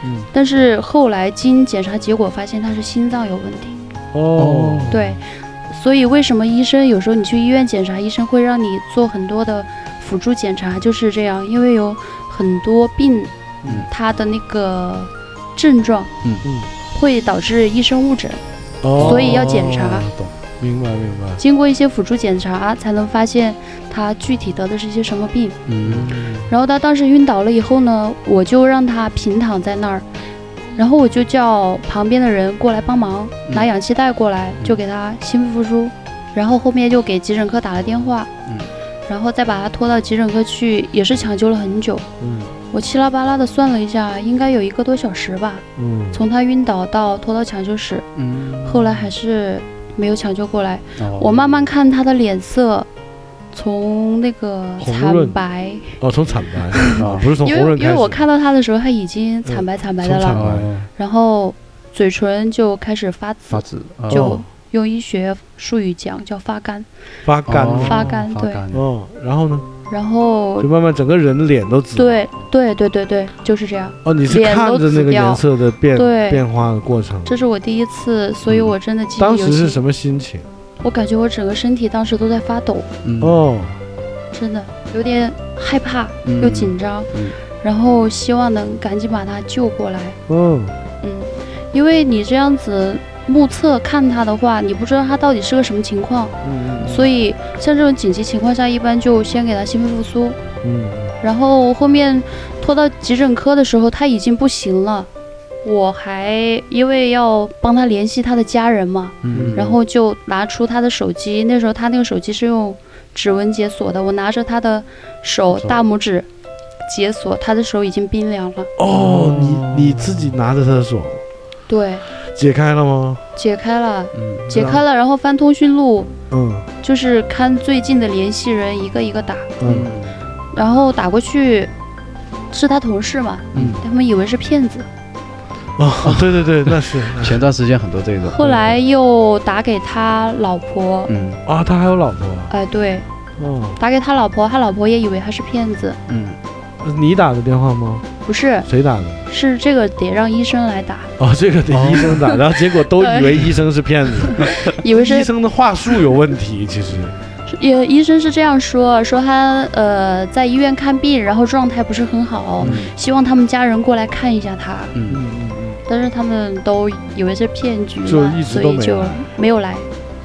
A: 嗯
E: 但是后来经检查结果发现他是心脏有问题，
A: 哦，
E: 对，所以为什么医生有时候你去医院检查，医生会让你做很多的辅助检查，就是这样，因为有很多病，
B: 嗯
E: 它的那个症状，
B: 嗯
A: 嗯，
E: 会导致医生误诊，
A: 哦，
E: 所以要检查
A: 懂，明白明白，
E: 经过一些辅助检查才能发现他具体得的是一些什么病。
B: 嗯
E: 然后他当时晕倒了以后呢，我就让他平躺在那儿，然后我就叫旁边的人过来帮忙，
B: 嗯
E: 拿氧气袋过来，就给他心肺复苏，然后后面就给急诊科打了电话，
B: 嗯
E: 然后再把他拖到急诊科去，也是抢救了很久。
A: 嗯
E: 我七拉八拉的算了一下，应该有一个多小时吧，
A: 嗯，
E: 从他晕倒到拖到抢救室，
B: 嗯，
E: 后来还是没有抢救过来。
B: 哦
E: 我慢慢看他的脸色，从那个
A: 红
E: 惨
A: 润
E: 白。
A: 哦，从惨白，
B: 啊
A: 不是从
E: 因
A: 红
E: 为
A: 润开始，
E: 因
A: 哦嗯
E: 为我看到他的时候，他已经惨白惨白的
A: 从惨
E: 了，
A: 白
B: 哦
E: 然后嘴唇就开始发紫，
B: 发紫
E: 就
A: 哦
E: 用医学术语讲叫发干，
A: 发干
B: 哦
E: 发干对
B: 干
A: 哦，然后呢，
E: 然后
A: 就慢慢整个人脸都紫，，
E: 对对对对对，就是这样。
A: 哦，你是
E: 脸
A: 看
E: 都
A: 着那个
E: 紫掉
A: 颜色的变
E: 对
A: 变化的过程，
E: 这是我第一次，所以我真的记忆
A: 嗯当
E: 犹
A: 时是什
E: 新。
A: 么心情？
E: 我感觉我整个身体当时都在发抖，
B: 嗯
A: 哦，
E: 真的有点害怕
B: 嗯
E: 又紧张
B: 嗯，
E: 然后希望能赶紧把他救过来。
A: 嗯，
E: 嗯，因为你这样子目测看他的话，你不知道他到底是个什么情况。
A: 嗯
E: 所以像这种紧急情况下，一般就先给他心肺复苏，
A: 嗯
E: 然后后面拖到急诊科的时候他已经不行了，我还因为要帮他联系他的家人嘛，
B: 嗯
E: 然后就拿出他的手机，那时候他那个手机是用指纹解锁的，我拿着他的手
D: 手
E: 大拇指解锁，他的手已经冰凉了。
A: 哦，你你自己拿着他的手
E: 对，
A: 解开了吗？
E: 解开了，
B: 嗯
E: 解开啊了，然后翻通讯录，
A: 嗯
E: 就是看最近的联系人一个一个打，
A: 嗯，
E: 然后打过去是他同事嘛，
B: 嗯
E: 他们以为是骗子，
A: 哦，对对对，那是那是
B: 前段时间很多这种，
E: 后来又打给他老婆，
B: 嗯
A: 啊，他还有老婆啊，
E: 哎、对，
A: 哦，
E: 打给他老婆，他老婆也以为他是骗子，
B: 嗯
A: 你打的电话吗？
E: 不是，
A: 谁打的？
E: 是这个得让医 生来打，
A: 哦，这个得医生打，然后结果都以为医生是骗子，
E: 以为
A: 医
E: 是
A: 生的话术有问题，其实
E: 也医生是这样说，说他呃在医院看病，然后状态不是很好，
A: 嗯
E: 希望他们家人过来看一下他，
B: 嗯
E: 但是他们都以为是骗局
A: 就
E: 嘛，
A: 一直
E: 所
A: 都
E: 以
A: 没
E: 就
A: 来
E: 没有来。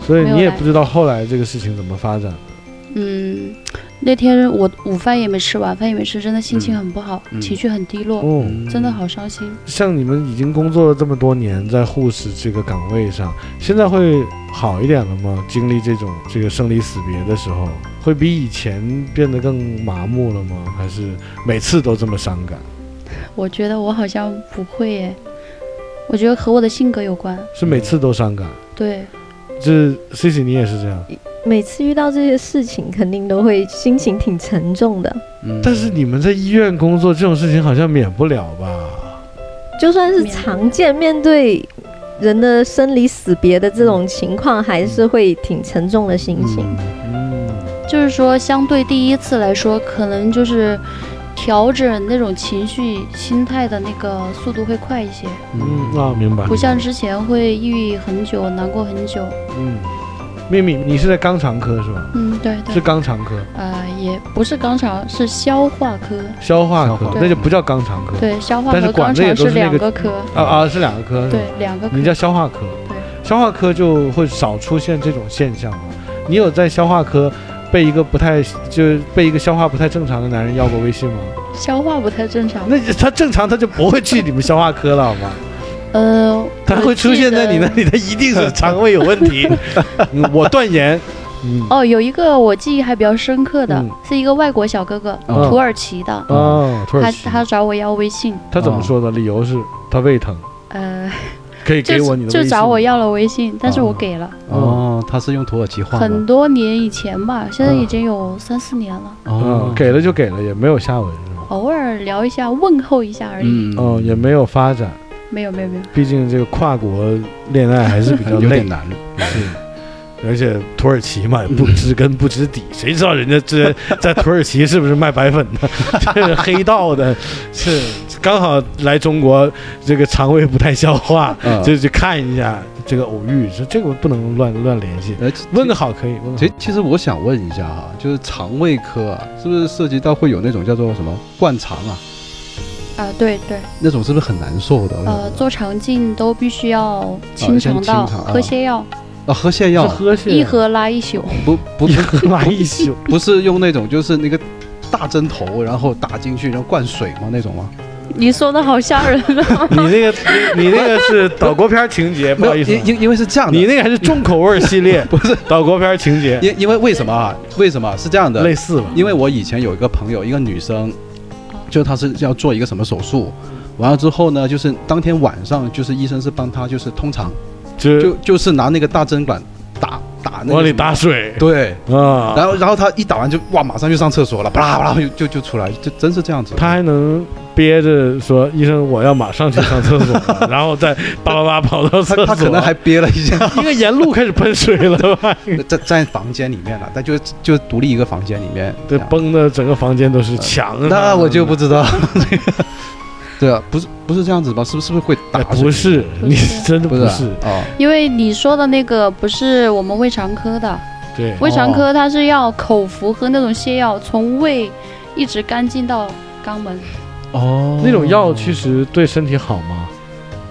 A: 所以你也不知道后来这个事情怎么发展。
E: 嗯，那天我午饭也没吃，晚饭也没吃，真的心情很不好，
B: 嗯
E: 情绪很低落，
A: 哦，
B: 嗯，
E: 真的好伤心。
A: 像你们已经工作了这么多年，在护士这个岗位上，现在会好一点了吗？经历这种这个生离死别的时候，会比以前变得更麻木了吗？还是每次都这么伤感？
E: 我觉得我好像不会耶，我觉得和我的性格有关。
A: 是每次都伤感？
E: 对，
A: 这 C C 你也是这
B: 嗯
A: 样，
C: 每次遇到这些事情，肯定都会心情挺沉重的。
B: 嗯，
A: 但是你们在医院工作这种事情好像免不了吧？
C: 就算是常见，面对人的生离死别的这种情况，还是会挺沉重的心情。
A: 嗯，
E: 就是说相对第一次来说，可能就是调整那种情绪、心态的那个速度会快一些，
A: 嗯，啊，明白。
E: 不像之前会抑郁很久、难过很久。
A: 嗯，秘密，你是在肛肠科是吧？
E: 嗯，对
A: 是
E: 对，
A: 肛肠科、
E: 呃，也不是肛肠，是消化科。
A: 消化
B: 消
A: 科
B: 化，
A: 那就不叫肛肠科。
E: 对，消化
A: 但是
E: 和
A: 管
E: 肛
A: 的也
E: 肠
A: 都是那
E: 两
A: 个
E: 个科，
A: 啊啊，是两个科。
E: 对，，两个科
A: 你。叫消化科。
E: 对
A: 消化科就会少出现这种现象吗？你有在消化科被一个不太就是被一个消化不太正常的男人要过微信吗？
E: 消化不太正常。
A: 那他正常他就不会去你们消化科了，好 吗？
E: 呃，
A: 他
E: 我
A: 会出
E: 记
A: 现在
E: 得
A: 你那。里，他一定是肠胃有问题。嗯我断言，嗯，
E: 哦，有一个我记忆还比较深刻的，
A: 嗯
E: 是一个外国小哥哥，
A: 嗯
E: 土耳其的，
A: 哦，
B: 土耳
E: 他
B: 其
E: 他找我要微信，
A: 他怎么说的？理由是他胃疼，
E: 呃，
A: 可以给我
E: 就
A: 你的
E: 就
A: 微信
E: 找我要了微信，但是我
A: 哦
E: 给了，
B: 哦，他是用土耳其话吗
E: 很多年以前吧，现在
A: 嗯
E: 已经有三四年了，
A: 嗯
B: 哦，，
A: 给了就给了，也没有下文，是吧？
E: 偶尔聊一下，问候一下而已，
B: 嗯
A: 哦，也没有发展，
E: 没有没有没有，
A: 毕竟这个跨国恋爱还是比较
B: 有
A: 累
B: 点，难，
A: 是。而且土耳其嘛，也不知根不知 底，谁知道人家这在土耳其是不是卖白粉的， 这是黑道的，是刚好来中国，这个肠胃不太消化，
B: 嗯
A: 就去看一下这个偶遇，这这个不能乱乱联系。
B: 呃，其
A: 问个好可以，问个
B: 其其实我想问一下哈，就是肠胃科啊，是不是涉及到会有那种叫做什么灌肠啊，
E: 啊对对，
B: 那种是不是很难受
A: 嗯
B: 的？我想
E: 呃，
B: 知道
E: 做肠镜都必须
A: 啊
E: 要清
B: 先
E: 肠
B: 清
E: 道，
B: 肠
E: 喝
B: 啊
E: 泻药，
B: 啊，喝泻
A: 好
B: 药
A: 是喝泻
E: 一盒拉一宿，
B: 不不
A: 一喝来一宿，！
B: 不是用那种就是那个大针头，然后打进去，然后灌水吗？那种吗？
E: 你说的好吓人啊
A: 你那个你你那个是岛国片情节，不好意思啊
B: 因，因因为是这样的，
A: 你那个还是重口味系列，
B: 不是
A: 岛国片情节
B: 因因为为什么啊？为什么是这样的？
A: 类似吧？
B: 因为我以前有一个朋友，一个女生，就她是要做一个什么手术，完了之后呢，就是当天晚上，就是医生是帮她，就是通常
A: 就
B: 就就是拿那个大针管打打那个
A: 往里
B: 什么
A: 打水
B: 对，
A: 啊，
B: 然后然后她一打完就哇，马上就上厕所了，巴拉巴拉就就就出来，就真是这样子。
A: 他还能憋着说医生我要马上去上厕所了，然后再叭叭叭跑到厕所，
B: 她
A: 啊
B: 她可能还憋了一下，
A: 应该沿路开始喷水了吧？
B: 在在房间里面了，但就就独立一个房间里面。
A: 对
B: 这，样
A: 崩的整个房间都是墙啊。
B: 那我就不知道。 对啊，不是不是这样子吧？是不是是不是会打
A: 哎，
B: 水？
A: 不是，
E: 不
A: 你
E: 是
A: 真的
B: 不
A: 不
B: 是啊
A: 是，
B: 哦，
E: 因为你说的那个不是我们胃肠科的，
A: 对，
E: 胃肠科它是要口服喝那种泻药，从胃一直干净到肛门，
B: 哦
A: 那种药其实对身体好吗？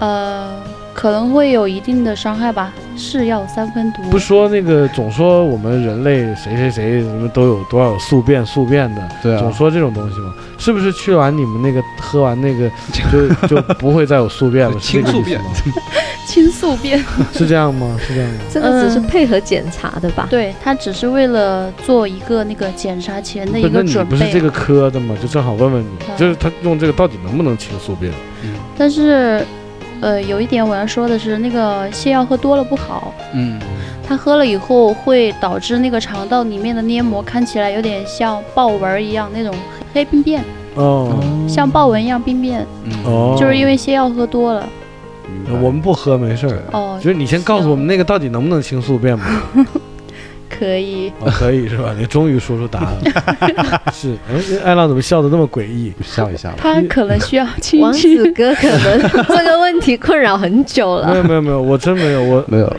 E: 呃，可能会有一定的伤害吧。是药三分毒。
A: 不说那个，总说我们人类谁谁谁什么都有多少宿便宿便的，
B: 对
A: 总
B: 啊，
A: 说这种东西嘛。是不是去完你们那个喝完那个就就不会再有宿便 了？是
B: 清
A: 这个
B: 宿
A: 意思
B: 便
A: 吗？
E: 清宿便。
A: 是这样吗？是这样吗？
C: 这个只是
E: 嗯
C: 配合检查的吧？
E: 对他只是为了做一个那个检查前的一
A: 不，那
E: 个
A: 你
E: 准
A: 不是
E: 备，啊
A: 这个科的吗？就正好问问你，
E: 嗯
A: 就是他用这个到底能不能清宿便？
E: 但是。呃，有一点我要说的是，那个泻药喝多了不好，
B: 嗯，
E: 它喝了以后会导致那个肠道里面的黏膜看起来有点像豹纹儿一样那种黑黑病变，
A: 哦，
E: 像豹纹一样病变，
B: 嗯
A: 哦
E: 就是因为泻药喝多了。
B: 明白
A: 我们不喝没事儿。
E: 哦
A: 嗯就，是你先告诉我们那个到底能不能清宿便吧？
E: 嗯可以，
A: 哦可以是吧？你终于说出答案了， 是。哎，艾浪怎么笑得那么诡异？
B: 笑一下吧。
E: 他可能需要进
C: 王
E: 去
C: 子哥可能这个问题困扰很久
A: 没
C: 了。
A: 有没有没有，我真没有，我
B: 没有，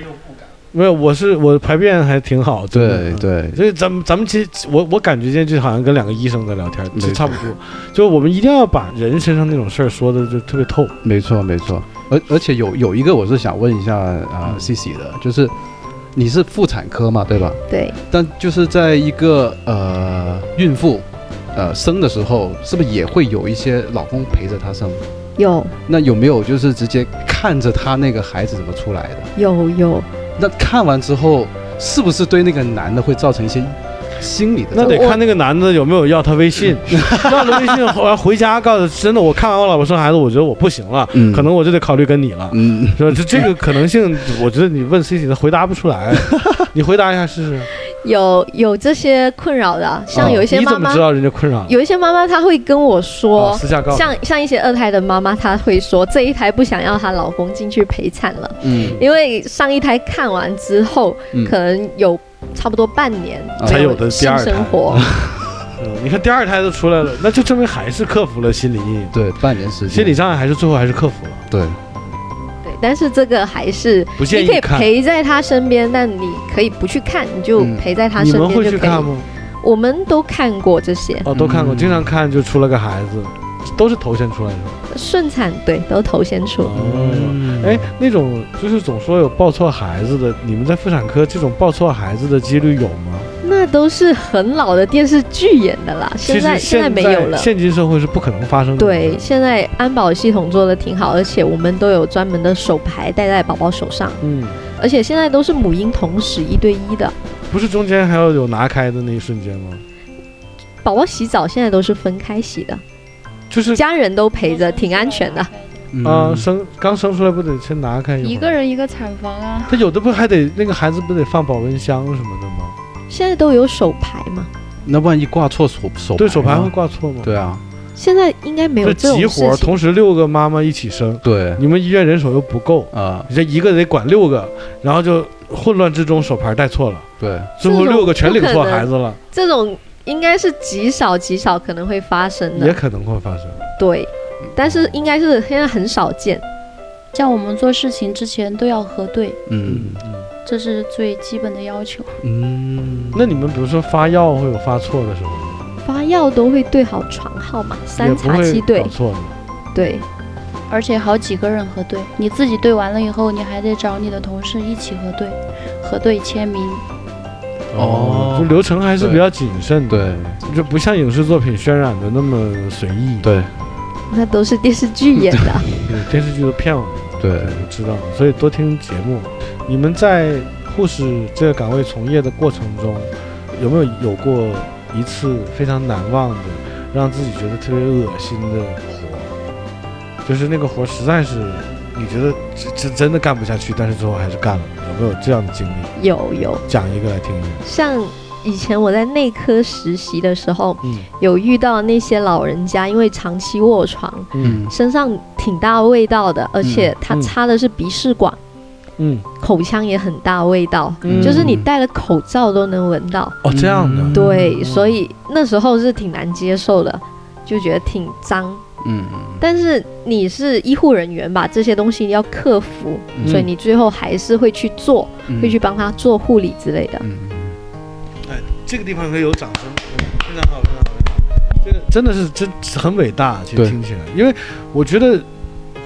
A: 没有，我是我排便还挺好，真的啊
B: 对。对，
A: 所以咱们咱们其实我我感觉今天就好像跟两个医生在聊天，其
B: 没错
A: 实差不多。就我们一定要把人身上那种事儿说的就特别透。
B: 没错没错。而而且有有一个我是想问一下
A: 嗯
B: 啊，C C 的，就是你是妇产科嘛，对吧？
C: 对，
A: 嗯
B: 但就是在一个呃孕妇呃生的时候，是不是也会有一些老公陪着她生？
C: 有
B: 那有没有就是直接看着她那个孩子怎么出来的？
C: 有有，
B: 那看完之后，是不是对那个男的会造成一些心理的？
A: 那得看那个男的有没有要他微信，
B: 嗯
A: 要了微信后来回家告诉真的，我看完我老婆生孩子，我觉得我不行了，
B: 嗯
A: 可能我就得考虑跟你了。
B: 嗯，
A: 是吧？这这个可能性，我觉得你问 C C 的回答不出 来，你回答一下试试。
C: 有有这些困扰的啊，像
A: 啊
C: 有一些
A: 你
C: 妈
A: 怎么
C: 妈，
A: 知道人家困扰了？
C: 有一些妈妈她会跟我说，
A: 啊私下告诉你
C: 像像一些二胎的妈妈，她会说这一胎不想要她老公进去陪产了，
B: 嗯
C: 因为上一胎看完之后，
B: 嗯
C: 可能有差不多半年
B: 啊
A: 才
C: 没
A: 有的第
C: 性
A: 二胎
C: 生活，
A: 嗯你看第二胎都出来了，那就证明还是克服了心理阴影，
B: 对，半年时间，
A: 心理障碍还是最后还是克服了。
B: 对，
C: 对，但是这个还是
A: 不建
C: 你可
A: 议
C: 以
A: 看。
C: 陪在她身边，但你可以不去看，你就
B: 嗯
C: 陪在她
A: 你
C: 身
A: 们
C: 边
A: 会去
C: 就可以。
A: 看吗？
C: 我们都看过这些
A: 哦，都看过，
B: 嗯
A: 经常看就出了个孩子，都是头先出来的。
C: 顺产，对，都头先出。
A: 哦，哎，那种就是总说有抱错孩子的，你们在妇产科这种抱错孩子的几率有吗？
C: 那都是很老的电视剧演的啦，
A: 嗯其
C: 现
A: 实
C: 在
A: 现
C: 在没有了。
A: 现今嗯社会是不可能发生的。
C: 对，现在安保系统做的挺好，而且我们都有专门的手牌戴在宝宝手上，
A: 嗯，
C: 而且现在都是母婴同时一对一的。
A: 不是中间还要有拿开的那一瞬间吗？
C: 宝宝洗澡现在都是分开洗的，
A: 就是
C: 家人都陪
A: 嗯
C: 着，挺安全的。。
B: 嗯
A: 啊、生刚生出来不得先拿开
E: 一
A: 会儿
E: 个。人一个产房啊，
A: 他有的不还得那个孩子不得放保温箱什么的吗？
C: 现在都有手牌嘛？
B: 那万一挂错手手
A: 对手
B: 牌
A: 牌
B: 呢
A: 会挂错吗？，
B: 对啊，
C: 现在应该没有
A: 这
C: 哎这
A: 急
C: 种
A: 活
C: 事
A: 儿
C: 情。
A: 同时六个妈妈一起生，
B: 对
A: 你们医院人手又不够，
B: 啊、
A: 你这一个得管六个，然后就混乱之中手牌带错了，
B: 对，
A: 最后
C: 这种
A: 六个全领
C: 不
A: 错
C: 可能
A: 孩子了，
C: 这种应该是极少极少可能会发生
A: 也
C: 的，
A: 可能会发生。
C: 对。但是应该是现在很少见。
E: 像我们做事情之前都要核对，
B: 嗯
E: 这是最基本的要求。
B: 嗯，
A: 那你们比如说发药会有发错的时候吗，
C: 发药都会对好床号码，
A: 也
C: 三
A: 不
C: 查七
A: 会
C: 对
A: 搞，错的。
C: 对，
E: 而且好几个人核对，你自己对完了以后，你还得找你的同事一起核对，核对签名。
B: 哦
A: 就流程还是比较谨慎的，
B: 对
A: 就不像影视作品渲染的那么随意。
B: 对
C: 那都是电视剧演 的。
A: 对，电视剧都骗我们。
B: 对，
A: 我知道，所以多听节目。你们在护士这个岗位从业的过程中，有没有有过一次非常难忘的，让自己觉得特别恶心的活？就是那个活实在是你觉得这这真的干不下去，但是最后还是干了，有没有这样的经历？
C: 有有，
A: 讲一个来听一听。
C: 像以前我在内科实习的时候，
A: 嗯
C: 有遇到那些老人家，因为长期卧床，
A: 嗯
C: 身上挺大味道的，而且他
A: 嗯
C: 插的是鼻试管，
A: 嗯，
C: 口腔也很大味道，
A: 嗯
C: 就是你戴了口罩都能闻到。
A: 哦这样
B: 嗯
A: 的，
C: 对，所以那时候是挺难接受的，就觉得挺脏。
B: 嗯
C: 但是你是医护人员吧，这些东西要克服，
B: 嗯
C: 所以你最后还是会去做，
B: 嗯
C: 会去帮他做护理之类的。
B: 嗯
A: 这个地方可以有掌声，嗯非常好，非常好，非常好。这个真的是真很伟大，其实
B: 对
A: 听起来，因为我觉得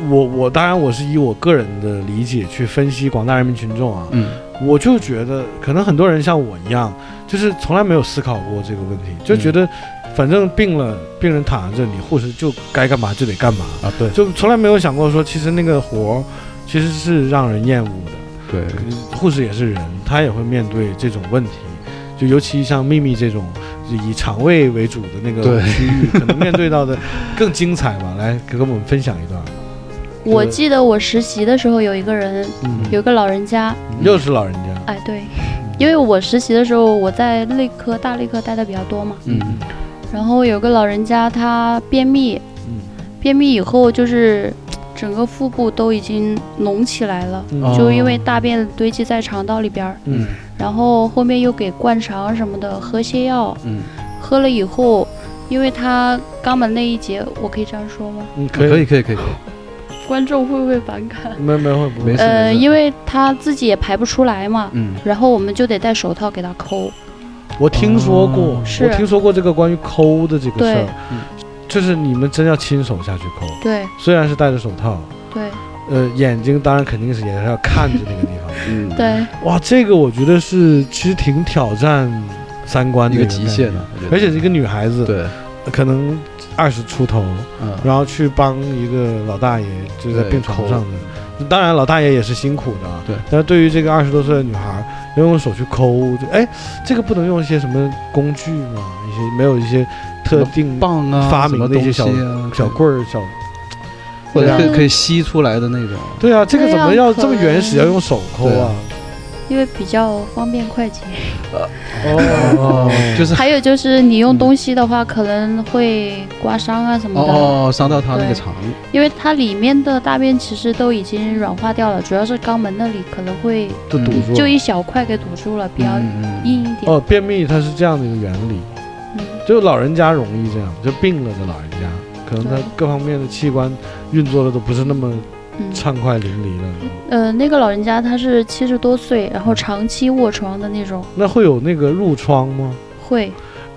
A: 我我当然我是以我个人的理解去分析广大人民群众啊，
B: 嗯
A: 我就觉得可能很多人像我一样，就是从来没有思考过这个问题，就觉得反正病了，病人躺在这里，护士就该干嘛就得干嘛，
B: 啊，对
A: 就从来没有想过说，其实那个活儿其实是让人厌恶的。
B: 对，
A: 护士也是人，他也会面对这种问题，就尤其像秘密这种就以肠胃为主的那个
B: 对
A: 区域，可能面对到的更精彩吧。来，给我们分享一段。
E: 我记得我实习的时候有一个人，
A: 嗯
E: 有一个老人家，
B: 嗯
A: 又是老人家，
E: 哎，对，因为我实习的时候我在内科、大内科待的比较多嘛，
B: 嗯
E: 然后有个老人家他便秘，
A: 嗯
E: 便秘以后就是整个腹部都已经隆起来了，
A: 嗯
E: 就因为大便堆积在肠道里边儿，
A: 嗯
E: 然后后面又给灌肠什么的，喝泻药，
B: 嗯，
E: 喝了以后，因为他肛门那一节，我可以这样说吗？
A: 嗯，可
B: 哦可
A: 以，
B: 以可以可以，可
E: 观众会不会反感？
A: 没没会不
B: 没
A: 会
B: 事
E: 呃，因为他自己也排不出来嘛，
B: 嗯
E: 然后我们就得戴手套给他抠。
A: 我听说
B: 哦
A: 过，
E: 是
A: 我听说过这个关于抠的这个事
E: 对
A: 儿
B: 嗯，
A: 就是你们真要亲手下去抠，
E: 对
A: 虽然是戴着手套，
E: 对
A: 呃，眼睛当然肯定是也是要看着那个地方的。
B: 嗯，
E: 对，
A: 哇，这个我觉得是其实挺挑战三观的
B: 一个
A: 种
B: 极
A: 感
B: 限
A: 觉
B: 了，我觉得
A: 而且一个女孩子，
B: 对，
A: 可能二十出头，
B: 嗯
A: 然后去帮一个老大爷，就在
B: 对
A: 病床
B: 抠
A: 上的。当然，老大爷也是辛苦的啊。
B: 对
A: 但是对于这个二十多岁的女孩，要用手去抠，就哎，这个不能用一些什么工具吗？一些没有一些特定
B: 棒啊，
A: 发明
B: 什么
A: 的一些
B: 东西啊
A: 小棍儿、小
B: 或者
A: 对
B: 可
E: 啊
B: 以可以吸出来的那种，
A: 对啊，这个
E: 对
A: 怎么
E: 啊
A: 要
E: 可
A: 这么原始？要用手抠
B: 对
A: 啊
B: 啊？
E: 因为比较方便快捷。
A: 哦，
B: 就是
E: 还有就是你用东西的话，可能会刮伤啊什么的，
B: 哦哦，伤到他那个
E: 对
B: 肠，
E: 因为它里面的大便其实都已经软化掉了，主要是肛门那里可能会
A: 就堵
B: 嗯
A: 住
E: 就
A: 了。
E: 一小块给堵住了，比较
B: 嗯嗯嗯
E: 硬一点。
A: 哦，便秘它是这样的一个原理，
E: 嗯，
A: 就老人家容易这样，就病了的老人家，可能他
E: 对
A: 各方面的器官运作的都不是那么
E: 嗯
A: 畅快淋漓了。
E: 呃，那个老人家他是七十多岁，然后长期卧床的那种，
A: 那会有那个褥疮吗？
E: 会，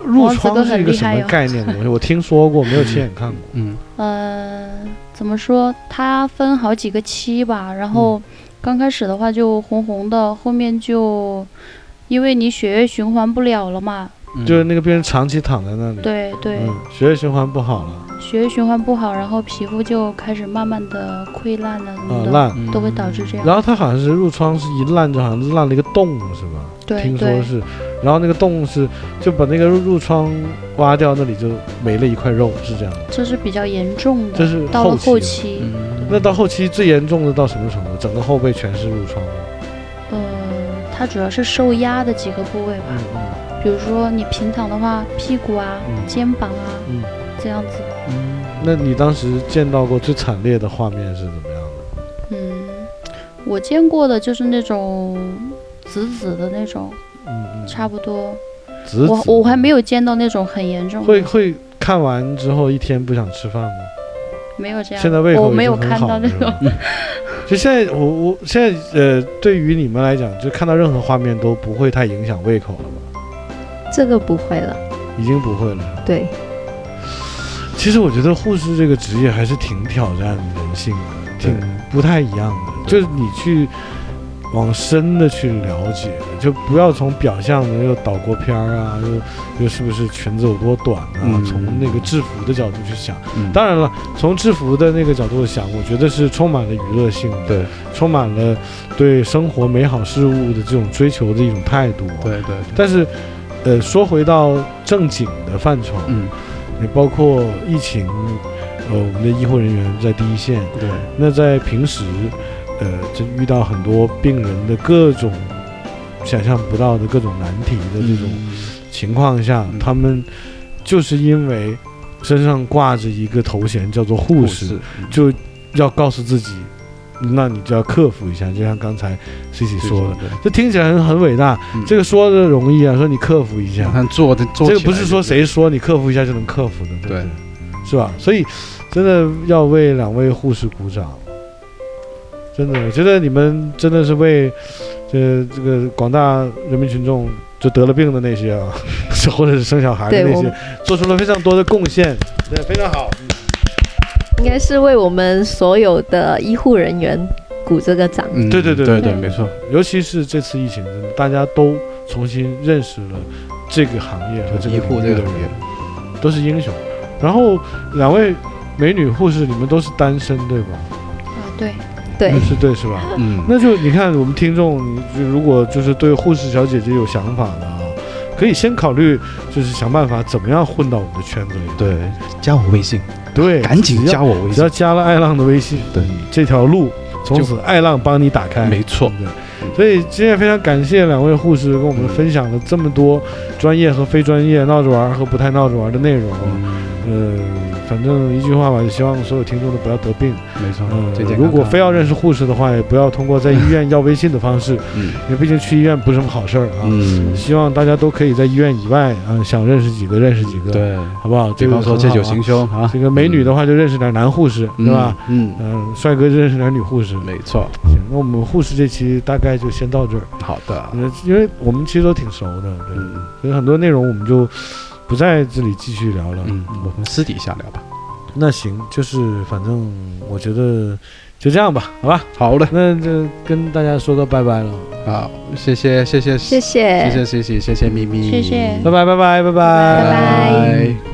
A: 褥
E: 子
A: 疮
E: 哥
A: 是
E: 很
A: 一个
E: 厉
A: 什
E: 害
A: 么
E: 哟
A: 概念的东西？我 听说过，没有亲眼看过。
B: 嗯
E: 呃，怎么说？他分好几个期吧，然后刚开始的话就红红的，后面就因为你血液循环不了了嘛，
B: 嗯，
A: 就是那个病人长期躺在那里，
E: 对对，
A: 嗯，血液循环不好了啊
E: 血液循环不好，然后皮肤就开始慢慢的溃烂了什
A: 啊
E: 么，的，
A: 烂。
B: 嗯
E: 都会导致这样。
A: 然后他好像是褥疮是一烂就好像烂了一个洞，是吧？
E: 对
A: 听说
E: 对
A: 是，然后那个洞是就把那个褥疮挖掉，那里就没了一块肉，是这样的。
E: 这是比较严重的，
A: 这是
E: 到了
A: 后
E: 后
A: 期
E: 期，
B: 嗯
A: 那到后期最严重的到什么程度？整个后背全是褥疮吗。
E: 呃，它主要是受压的几个部位吧，
A: 嗯嗯
E: 比如说你平躺的话，屁股啊、
A: 嗯
E: 肩膀啊、
A: 嗯
E: 这样子，
B: 嗯
A: 那你当时见到过最惨烈的画面是怎么样的？
E: 嗯，我见过的就是那种紫紫的那种，
A: 嗯嗯，
E: 差不多。
A: 紫
E: 我
A: 紫
E: 我还没有见到那种很严重的，
A: 会会看完之后一天不想吃饭吗？
E: 没有这样。
A: 现在胃口
E: 我
A: 已
E: 没有
A: 经很
E: 看
A: 好
E: 到
A: 了
E: 那
A: 是
E: 种
A: 吧， 就现在我我现在呃，对于你们来讲，就看到任何画面都不会太影响胃口了吧？
C: 这个不会了。
A: 已经不会了是吧。
C: 对，
A: 其实我觉得护士这个职业还是挺挑战人性的，挺不太一样的。就是你去往深的去了解，就不要从表象的又岛国片儿啊，又又是不是裙子有多短啊，
B: 嗯
A: 从那个制服的角度去想。
B: 嗯
A: 当然了，从制服的那个角度想，我觉得是充满了娱乐性的，
B: 对
A: 充满了对生活美好事物的这种追求的一种态度。，啊
B: 对对，对
A: 但是，呃，说回到正经的范畴，
B: 嗯
A: 也包括疫情，呃，我们的医护人员在第一线。
B: 对，
A: 那在平时，呃，这遇到很多病人的各种想象不到的各种难题的这种情况下，
B: 嗯
A: 他们就是因为身上挂着一个头衔叫做护
B: 故
A: 士，
B: 事
A: 就要告诉自己，那你就要克服一下。就像刚才 C C 说的，
B: 的，
A: 这听起来很很伟大，
B: 嗯
A: 这个说的容易啊，说你克服一下
B: 你，看做的做
A: 这个
B: 起
A: 不
B: 来
A: 是
B: 就
A: 说谁说你克服一下就能克服的，对不
B: 对，
A: 是吧？所以真的要为两位护士鼓掌，真的，我觉得你们真的是为这这个广大人民群众。就得了病的那些啊， 或者是生小孩的
C: 对
A: 那
C: 我
A: 些，做出了非常多的贡献，对，非常好。
C: 应该是为我们所有的医护人员鼓这个掌。
B: 嗯，
A: 对对对
B: 对
A: 对
B: 没错，
A: 尤其是这次疫情，真的大家都重新认识了这个行业和这个
B: 医护
A: 领
B: 这
A: 域
B: 个
A: 的
B: 行
A: 人
B: 业，
A: 都是英雄。然后两位美女护士，你们都是单身对吧？
E: 啊，对，
C: 对，
A: 是对是吧？
B: 嗯，
A: 那就你看我们听众，你就如果就是对护士小姐姐有想法的啊，可以先考虑就是想办法怎么样混到我们的圈子里。
B: 对，加我微信，
A: 对，
B: 赶紧
A: 只要
B: 加我微
A: 只要
B: 信，
A: 加了爱浪的微信，
B: 对
A: 你这条路从此爱浪帮你打开。
B: 没错，
A: 对，所以今天非常感谢两位护士跟我们分享了这么多专业和非专业、闹着玩儿和不太闹着玩儿的内容。
B: 嗯
A: 呃，反正一句话吧，就希望所有听众都不要得病。
B: 没错
A: 嗯，
B: 最，健康
A: 如果非要认识护士的话，也不要通过在医院要微信的方式，
B: 嗯
A: 因为毕竟去医院不是什么好事儿啊。
B: 嗯，
A: 希望大家都可以在医院以外啊、想认识几个认识几个，
B: 对，
A: 好不好？
B: 比
A: 这个
B: 方说
A: 很
B: 借
A: 好
B: 酒
A: 啊
B: 行凶啊，
A: 这个美女的话就认识点男护士，
B: 嗯，
A: 对吧？
B: 嗯？
A: 嗯、帅哥就认识点女护士。
B: 嗯，没错，
A: 行，那我们护士这期大概就先到这儿，
B: 好的，
A: 呃因为我们其实都挺熟的，对，
B: 嗯
A: 所以很多内容我们就不在这里继续聊了。
B: 嗯，我们私底下聊吧。
A: 那行，就是反正我觉得就这样吧，好吧？
B: 好的，
A: 那就跟大家说个拜拜了，
B: 好，谢谢谢谢
C: 谢
B: 谢谢谢谢谢谢咪咪，
E: 谢谢
A: 拜拜拜拜拜拜
E: 拜
C: 拜
B: 拜。